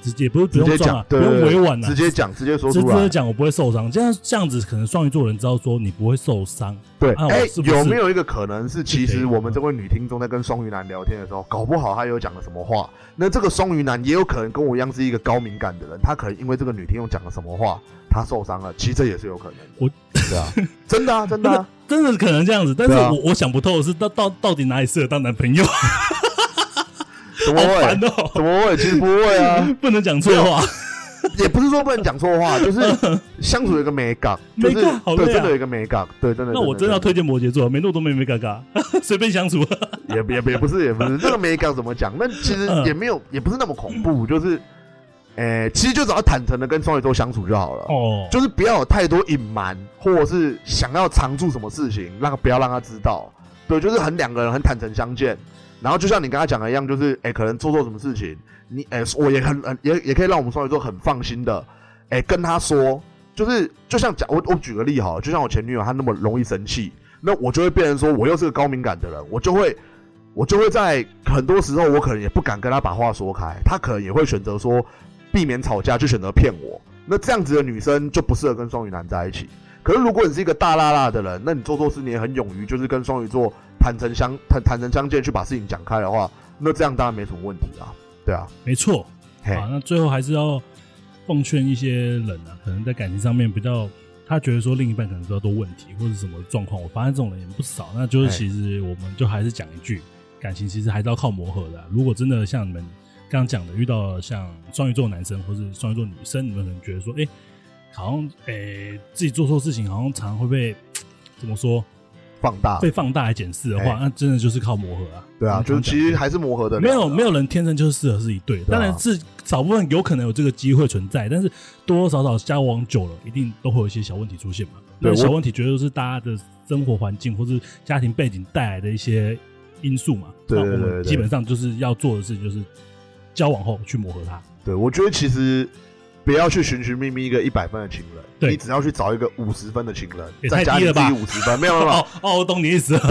Speaker 3: 直接不是不
Speaker 1: 直接
Speaker 3: 用装了啊
Speaker 1: 讲，，
Speaker 3: 不
Speaker 1: 对
Speaker 3: 用
Speaker 1: 对
Speaker 3: 委
Speaker 1: 对
Speaker 3: 婉了，
Speaker 1: 直接讲，直接说
Speaker 3: 直
Speaker 1: 出
Speaker 3: 接
Speaker 1: 来，
Speaker 3: 讲我不会受伤。这样这样子，可能双鱼座的人知道说你不会受伤，
Speaker 1: 对，
Speaker 3: 啊我
Speaker 1: 哎、
Speaker 3: 是不是
Speaker 1: 有没有一个可能是，
Speaker 3: 是
Speaker 1: 其
Speaker 3: 可以嗯
Speaker 1: 实
Speaker 3: 的
Speaker 1: 我们这位女听众在跟双鱼男聊天的时候，搞不好她有讲了什么话？那这个双鱼男也有可能跟我一样是一个高敏感的人，他可能因为这个女听众讲了什么话，他受伤了，其实这也是有可能的。
Speaker 3: 我
Speaker 1: 对啊，真的啊，真的啊，
Speaker 3: 真的可能这样子。但是
Speaker 1: 对啊
Speaker 3: 我我想不透的是到到到底哪里适合当男朋友。
Speaker 1: 怎么
Speaker 3: 好
Speaker 1: 会
Speaker 3: 烦？哦，
Speaker 1: 怎么会？其实不会啊，
Speaker 3: 不能讲错话。
Speaker 1: 也不是说不能讲 错话，就是相处有一个美感，就是
Speaker 3: 美感好累啊
Speaker 1: 对，真的有一个美感，对，真的。
Speaker 3: 那我真的要推荐摩羯座，没那么多妹妹嘎嘎， 随便相处。
Speaker 1: 也也也不是也不 是，这个美感怎么讲？那其实
Speaker 3: 嗯
Speaker 1: 也没有，也不是那么恐怖，就是，诶、其实就只要坦诚的跟双鱼座相处就好了，
Speaker 3: 哦，
Speaker 1: 就是不要有太多隐瞒，或者是想要藏住什么事情，让不要让他知道。对，就是很两个人很坦诚相见，然后就像你刚才讲的一样，就是诶、可能做错什么事情，你诶、我也很很也也可以让我们双鱼座很放心的，诶、跟他说，就是就像讲我我举个例好了，就像我前女友她那么容易生气，那我就会变成说我又是个高敏感的人，我就会我就会在很多时候我可能也不敢跟她把话说开，她可能也会选择说避免吵架，就选择骗我。那这样子的女生就不适合跟双鱼男在一起。可是如果你是一个大辣辣的人，那你做错事你也很勇于就是跟双鱼座坦诚相坦坦诚相见去把事情讲开的话，那这样当然没什么问题啊，对啊，
Speaker 3: 没错。
Speaker 1: 嘿，
Speaker 3: 啊，那最后还是要奉劝一些人啊，可能在感情上面比较，他觉得说另一半可能比较多问题或者什么状况，我发现这种人也不少。那就是
Speaker 1: 哎
Speaker 3: 其实我们就还是讲一句，感情其实还是要靠磨合的啊、如果真的像你们刚刚讲的，遇到像双鱼座男生或是双鱼座女生，你们可能觉得说，哎、好像哎、自己做错事情，好像常会被怎么说
Speaker 1: 放大，
Speaker 3: 被放大来检视的话，
Speaker 1: 哎
Speaker 3: 那真的就是靠磨合啊。
Speaker 1: 啊对啊，
Speaker 3: 我们
Speaker 1: 就是
Speaker 3: 常
Speaker 1: 其
Speaker 3: 讲的
Speaker 1: 实还是磨合的，
Speaker 3: 没有没有人天生就是适合是一对，
Speaker 1: 对啊
Speaker 3: 当然是少部分有可能有这个机会存在，但是多多少少交往久了，一定都会有一些小问题出现嘛。那
Speaker 1: 对我
Speaker 3: 小问题绝对是大家的生活环境或是家庭背景带来的一些因素嘛。
Speaker 1: 对
Speaker 3: 那我
Speaker 1: 对对对
Speaker 3: 们基本上就是要做的事情就是交往后去磨合它。
Speaker 1: 对，我觉得其实不要去寻寻觅觅一个一百分的情人，
Speaker 3: 对
Speaker 1: 你只要去找一个五十分的情人
Speaker 3: 也，
Speaker 1: 再
Speaker 3: 太
Speaker 1: 加
Speaker 3: 低
Speaker 1: 你
Speaker 3: 了
Speaker 1: 自
Speaker 3: 吧
Speaker 1: 己五十分，没有没有没有。
Speaker 3: 哦哦，我懂你意思 了。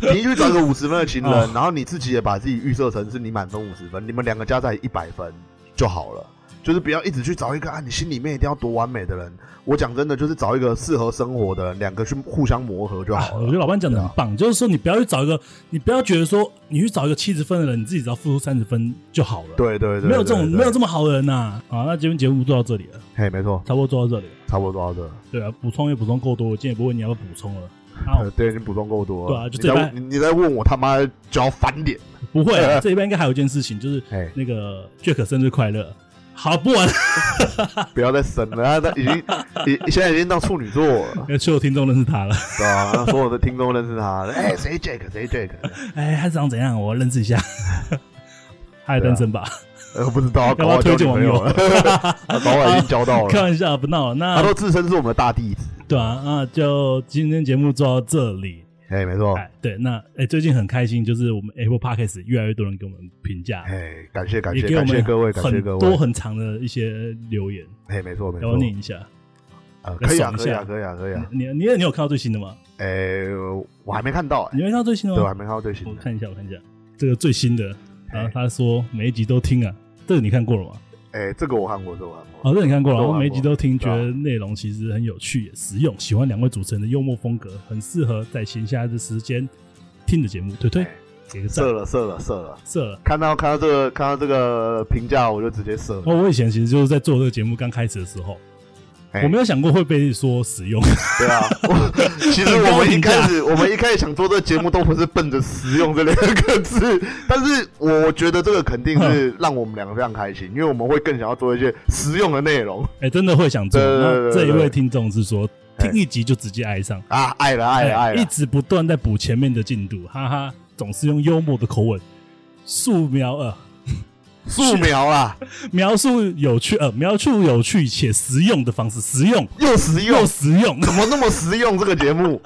Speaker 1: 对，你去找一个五十分的情人，
Speaker 3: 哦
Speaker 1: 然后你自己也把自己预设成是你满分五十分，你们两个加在一百分就好了。就是不要一直去找一个啊，你心里面一定要多完美的人。我讲真的，就是找一个适合生活的人，两个去互相磨合就
Speaker 3: 啊
Speaker 1: 好
Speaker 3: 我觉
Speaker 1: 了。
Speaker 3: 得老班讲的很棒，就是说你不要去找一个，你不要觉得说你去找一个七十分的人，你自己只要付出三十分就好了。，
Speaker 1: 对对对，
Speaker 3: 没有这种
Speaker 1: 对对
Speaker 3: 没有这么好的人呐。啊，那今天节目做到这里了。
Speaker 1: 嘿，没错，
Speaker 3: 差不多做到这里了。
Speaker 1: 差不多到这。
Speaker 3: 对啊，补充也补充够多，我今天也不问你要不要补充了。啊，
Speaker 1: 呃对，你补充够多了。
Speaker 3: 对啊就
Speaker 1: 你
Speaker 3: 这
Speaker 1: 在
Speaker 3: 班
Speaker 1: 问你你在问我他妈就要翻 脸。
Speaker 3: 不会 啊，这一边应该还有一件事情，就是
Speaker 1: 嘿，
Speaker 3: 那个 Jack 生日快乐。好，不玩了，
Speaker 1: 不要再生了，他他已经 已现在已经当处女座了，
Speaker 3: 所有听众认识他了。
Speaker 1: 对吧、 让所有的听众认识他了。哎、谁 Jack 谁 Jack？
Speaker 3: 哎，他长怎样？我认识一下。 他还单身吧？
Speaker 1: 呃，不知道，
Speaker 3: 要
Speaker 1: 搞
Speaker 3: 不
Speaker 1: 不
Speaker 3: 要
Speaker 1: 好交
Speaker 3: 推荐
Speaker 1: 女朋
Speaker 3: 网
Speaker 1: 友
Speaker 3: 友
Speaker 1: 了，？他 搞不好已经交到
Speaker 3: 开
Speaker 1: 了。
Speaker 3: 玩笑，不闹了。那
Speaker 1: 他都自称是我们的大弟子，
Speaker 3: 对啊，那就今天节目做到这里。
Speaker 1: 哎，没错，
Speaker 3: 哎，对，那哎，最近很开心，就是我们 Apple Podcast 越来越多人给我们评价，
Speaker 1: 哎，感谢感
Speaker 3: 也
Speaker 1: 谢
Speaker 3: 给我
Speaker 1: 感谢
Speaker 3: 们
Speaker 1: 各位，感谢
Speaker 3: 很
Speaker 1: 各
Speaker 3: 多
Speaker 1: 位，
Speaker 3: 很长的一些留言，
Speaker 1: 哎，没错没
Speaker 3: 要不要
Speaker 1: 错，
Speaker 3: 念一下？
Speaker 1: 呃可以啊
Speaker 3: 爽一
Speaker 1: 可以啊
Speaker 3: 下
Speaker 1: 可以啊可以啊，
Speaker 3: 你你你有看到最新的吗？
Speaker 1: 哎，我还没看到，哎
Speaker 3: 你没看到最新的
Speaker 1: 对，我还
Speaker 3: 吗？
Speaker 1: 没看到最新
Speaker 3: 我
Speaker 1: 的，
Speaker 3: 看一下，我看一下这个最新的啊
Speaker 1: 哎，
Speaker 3: 他说每一集都听啊，这个你看过了吗？
Speaker 1: 哎，这个我看过，这个我看过，
Speaker 3: 哦，这个你看过了，
Speaker 1: 这个
Speaker 3: 然
Speaker 1: 我
Speaker 3: 后每一集都听，
Speaker 1: 看
Speaker 3: 觉
Speaker 1: 过啊
Speaker 3: 得内容其实很有趣，也实用，喜欢两位主持人的幽默风格，很适合在闲暇的时间听的节目，推推
Speaker 1: 哎
Speaker 3: 给个赞啊
Speaker 1: 射，了射了射了，
Speaker 3: 射了。
Speaker 1: 看到看到这个看到这个评价，我就直接射了，
Speaker 3: 哦，我以前其实就是在做这个节目刚开始的时候，
Speaker 1: 哎
Speaker 3: 我没有想过会被说使用，
Speaker 1: 对啊，我其实我们一开始，我们一开始想做这个节目，都不是奔着实用这两个字， 但是我觉得这个肯定是
Speaker 3: 嗯
Speaker 1: 让我们两个非常开心，因为我们会更想要做一些实用的内容
Speaker 3: 哎，真的会想做。
Speaker 1: 对对对
Speaker 3: 那
Speaker 1: 对
Speaker 3: 这一
Speaker 1: 对
Speaker 3: 位听众是说，
Speaker 1: 哎
Speaker 3: 听一集就直接爱上，
Speaker 1: 啊，爱了爱了爱
Speaker 3: 哎一
Speaker 1: 了，
Speaker 3: 直不断在补前面的进度，哈哈，总是用幽默的口吻素描呃
Speaker 1: 素描啊，
Speaker 3: 描述有趣呃描述有趣且实用的方式，实用
Speaker 1: 又实
Speaker 3: 又
Speaker 1: 用，
Speaker 3: 实用，
Speaker 1: 怎么那么实用这个节目？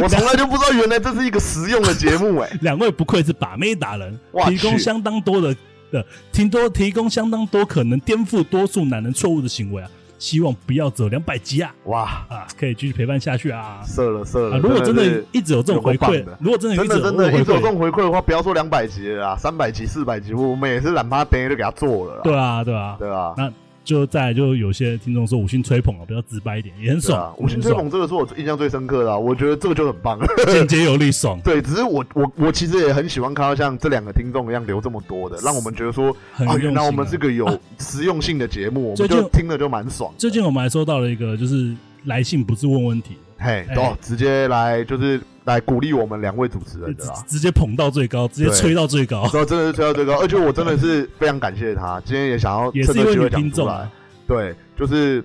Speaker 1: 我从来就不知道原来这是一个实用的节目哎、
Speaker 3: 两位不愧是把妹达人，
Speaker 1: 哇
Speaker 3: 提供
Speaker 1: 去
Speaker 3: 相当多的呃挺多提供相当多可能颠覆多数男人错误的行为啊，希望不要走两百集啊
Speaker 1: 哇，
Speaker 3: 啊，可以继续陪伴下去啊。
Speaker 1: 射了射了，
Speaker 3: 啊！如果真的
Speaker 1: 呃是
Speaker 3: 一直有这种回
Speaker 1: 有
Speaker 3: 馈
Speaker 1: 够棒的，
Speaker 3: 如果真的有
Speaker 1: 真
Speaker 3: 一直有这
Speaker 1: 的真
Speaker 3: 种
Speaker 1: 的，一
Speaker 3: 回
Speaker 1: 直有这
Speaker 3: 馈，
Speaker 1: 种回馈的话，不要说两百集了啦，三百集、四百集，我们也是懒趴呆就给他做了啦，
Speaker 3: 对啊，对啊，
Speaker 1: 对啊。
Speaker 3: 那就再来就有些听众说五星吹捧啊，比较直白一点，也很
Speaker 1: 对
Speaker 3: 爽。
Speaker 1: 啊，五星吹捧这个是我印象最深刻的、啊，我觉得这个就很棒。
Speaker 3: 很爽，简洁有力，爽，
Speaker 1: 对，只是我我我其实也很喜欢看到像这两个听众一样留这么多的，让我们觉得说
Speaker 3: 很
Speaker 1: 啊，
Speaker 3: 用
Speaker 1: 原
Speaker 3: 心、
Speaker 1: 来
Speaker 3: 啊。
Speaker 1: 我 们是个有实用性的节目，我
Speaker 3: 最
Speaker 1: 们
Speaker 3: 近
Speaker 1: 就听了就蛮爽的。
Speaker 3: 最近我们还收到了一个，就是来信不是问问题，
Speaker 1: 嘿，
Speaker 3: 哎
Speaker 1: 都直接来就是来鼓励我们两位主持人的啊
Speaker 3: 直
Speaker 1: 啦。
Speaker 3: 直接捧到最高，直接
Speaker 1: 对
Speaker 3: 吹到最高，
Speaker 1: 然后真的是推到最高，而且我真的是非常感谢他，今天也想要
Speaker 3: 也
Speaker 1: 趁
Speaker 3: 是
Speaker 1: 这
Speaker 3: 因
Speaker 1: 个
Speaker 3: 为
Speaker 1: 机
Speaker 3: 女
Speaker 1: 会
Speaker 3: 听
Speaker 1: 讲出
Speaker 3: 众
Speaker 1: 来
Speaker 3: 啊。，
Speaker 1: 对，就是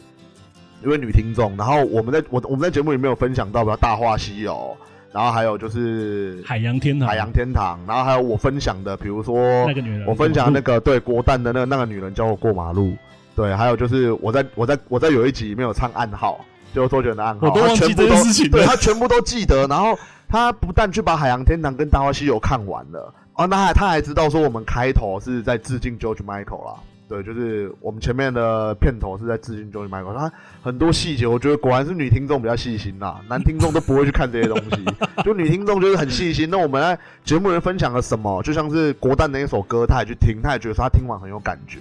Speaker 1: 一位女听众，然后我们在我我们在节目里面有分享到，比如《大话西游》，然后还有就是
Speaker 3: 海洋天堂，
Speaker 1: 海洋天堂，然后还有我分享的，比如说
Speaker 3: 那个女人，
Speaker 1: 我分享那个对国蛋的那个那个女人教我过马路，对，还有就是我在我在我在有一集里面有唱暗号，就是周杰伦的暗号，
Speaker 3: 我都
Speaker 1: 他
Speaker 3: 忘记
Speaker 1: 全部
Speaker 3: 这件
Speaker 1: 都
Speaker 3: 事情了
Speaker 1: 对他全部都记得，然后他不但去把《海洋天堂》跟《大话西游》看完了，哦，那还他还知道说我们开头是在致敬 George Michael 啦。对，就是我们前面的片头是在致敬 George Michael，他很多细节，我觉得果然是女听众比较细心啦，男听众都不会去看这些东西。 就女听众就是很细心，那我们在节目人分享了什么，就像是国蛋的一首歌，他也去听，他也觉得说他听完很有感觉。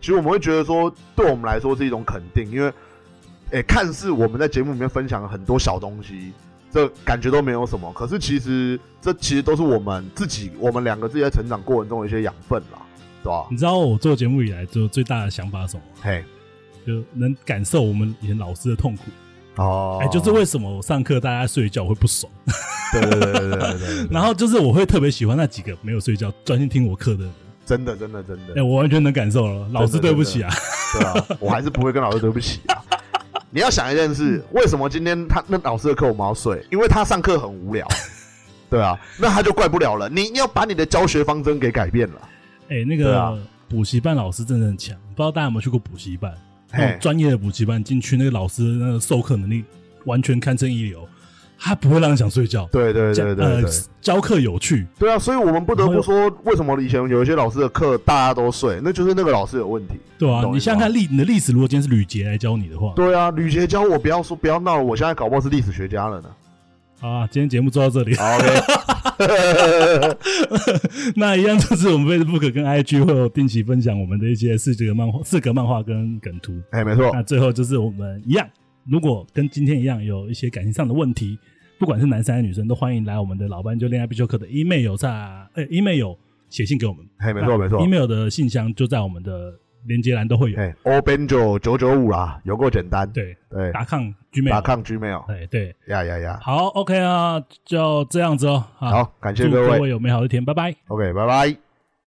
Speaker 1: 其实我们会觉得说，对我们来说是一种肯定，因为，诶、看似我们在节目里面分享了很多小东西，这感觉都没有什么，可是其实这其实都是我们自己，我们两个自己在成长过程中的一些养分啦，对吧？
Speaker 3: 你知道我做节目以来，就最大的想法是什么吗？
Speaker 1: 嘿，
Speaker 3: 就能感受我们以前老师的痛苦。
Speaker 1: 哦，
Speaker 3: 哎、就是为什么我上课大家睡觉我会不爽，
Speaker 1: 对对对对对对对，
Speaker 3: 然后就是我会特别喜欢那几个没有睡觉专心听我课的人。
Speaker 1: 真的真的真的
Speaker 3: 哎、，我完全能感受了，老师
Speaker 1: 真的
Speaker 3: 对不起啊，
Speaker 1: 对啊， 我还是不会跟老师对不起啊。你要想一件事，为什么今天他那老师的课我们要睡？因为他上课 很无聊。对啊，那他就怪不了了。你你要把你的教学方针给改变了。
Speaker 3: 哎、那
Speaker 1: 对
Speaker 3: 个
Speaker 1: 啊
Speaker 3: 补习班老师真的很强，不知道大家有没有去过补习班？那
Speaker 1: 嘿
Speaker 3: 种，专业的补习班进去，那个老师的那个授课能力完全堪称一流，他不会让你想睡觉，
Speaker 1: 对对对
Speaker 3: 教
Speaker 1: 对对
Speaker 3: 呃，教课有趣，
Speaker 1: 对啊，所以我们不得不说，为什么以前有一些老师的课大家都睡，那就是那个老师有问题。
Speaker 3: 对啊
Speaker 1: 懂，
Speaker 3: 你想想看历你的历史，如果今天是吕杰来教你的话，
Speaker 1: 对啊，吕杰教我不要说不要闹了，我现在搞不好是历史学家了呢。
Speaker 3: 啊，今天节目做到这 里，
Speaker 1: 好 ，OK，
Speaker 3: 那一样就是我们 Facebook 跟 IG 会有定期分享我们的一些四格漫画、四格漫画跟梗图。
Speaker 1: 哎，没错
Speaker 3: 那，最后就是我们一样，如果跟今天一样有一些感情上的问题，不管是男生还是女生，都欢迎来我们的老班就恋爱必修课的 email 在呃 email 写信给我们。
Speaker 1: 哎，没错没错。
Speaker 3: email 的信箱就在我们的连接栏都会有。
Speaker 1: 哎，O Benjo 九九五啦，有够简单。
Speaker 3: 对，
Speaker 1: 对，
Speaker 3: 打抗
Speaker 1: 打
Speaker 3: Gmail。
Speaker 1: 抗 Gmail，
Speaker 3: 对对，
Speaker 1: 呀呀呀。
Speaker 3: 好，OK 啊，就这样子哦。好，
Speaker 1: 好，感谢
Speaker 3: 祝
Speaker 1: 各
Speaker 3: 各
Speaker 1: 位。
Speaker 3: 位有美好的一天，拜拜。
Speaker 1: OK，拜拜。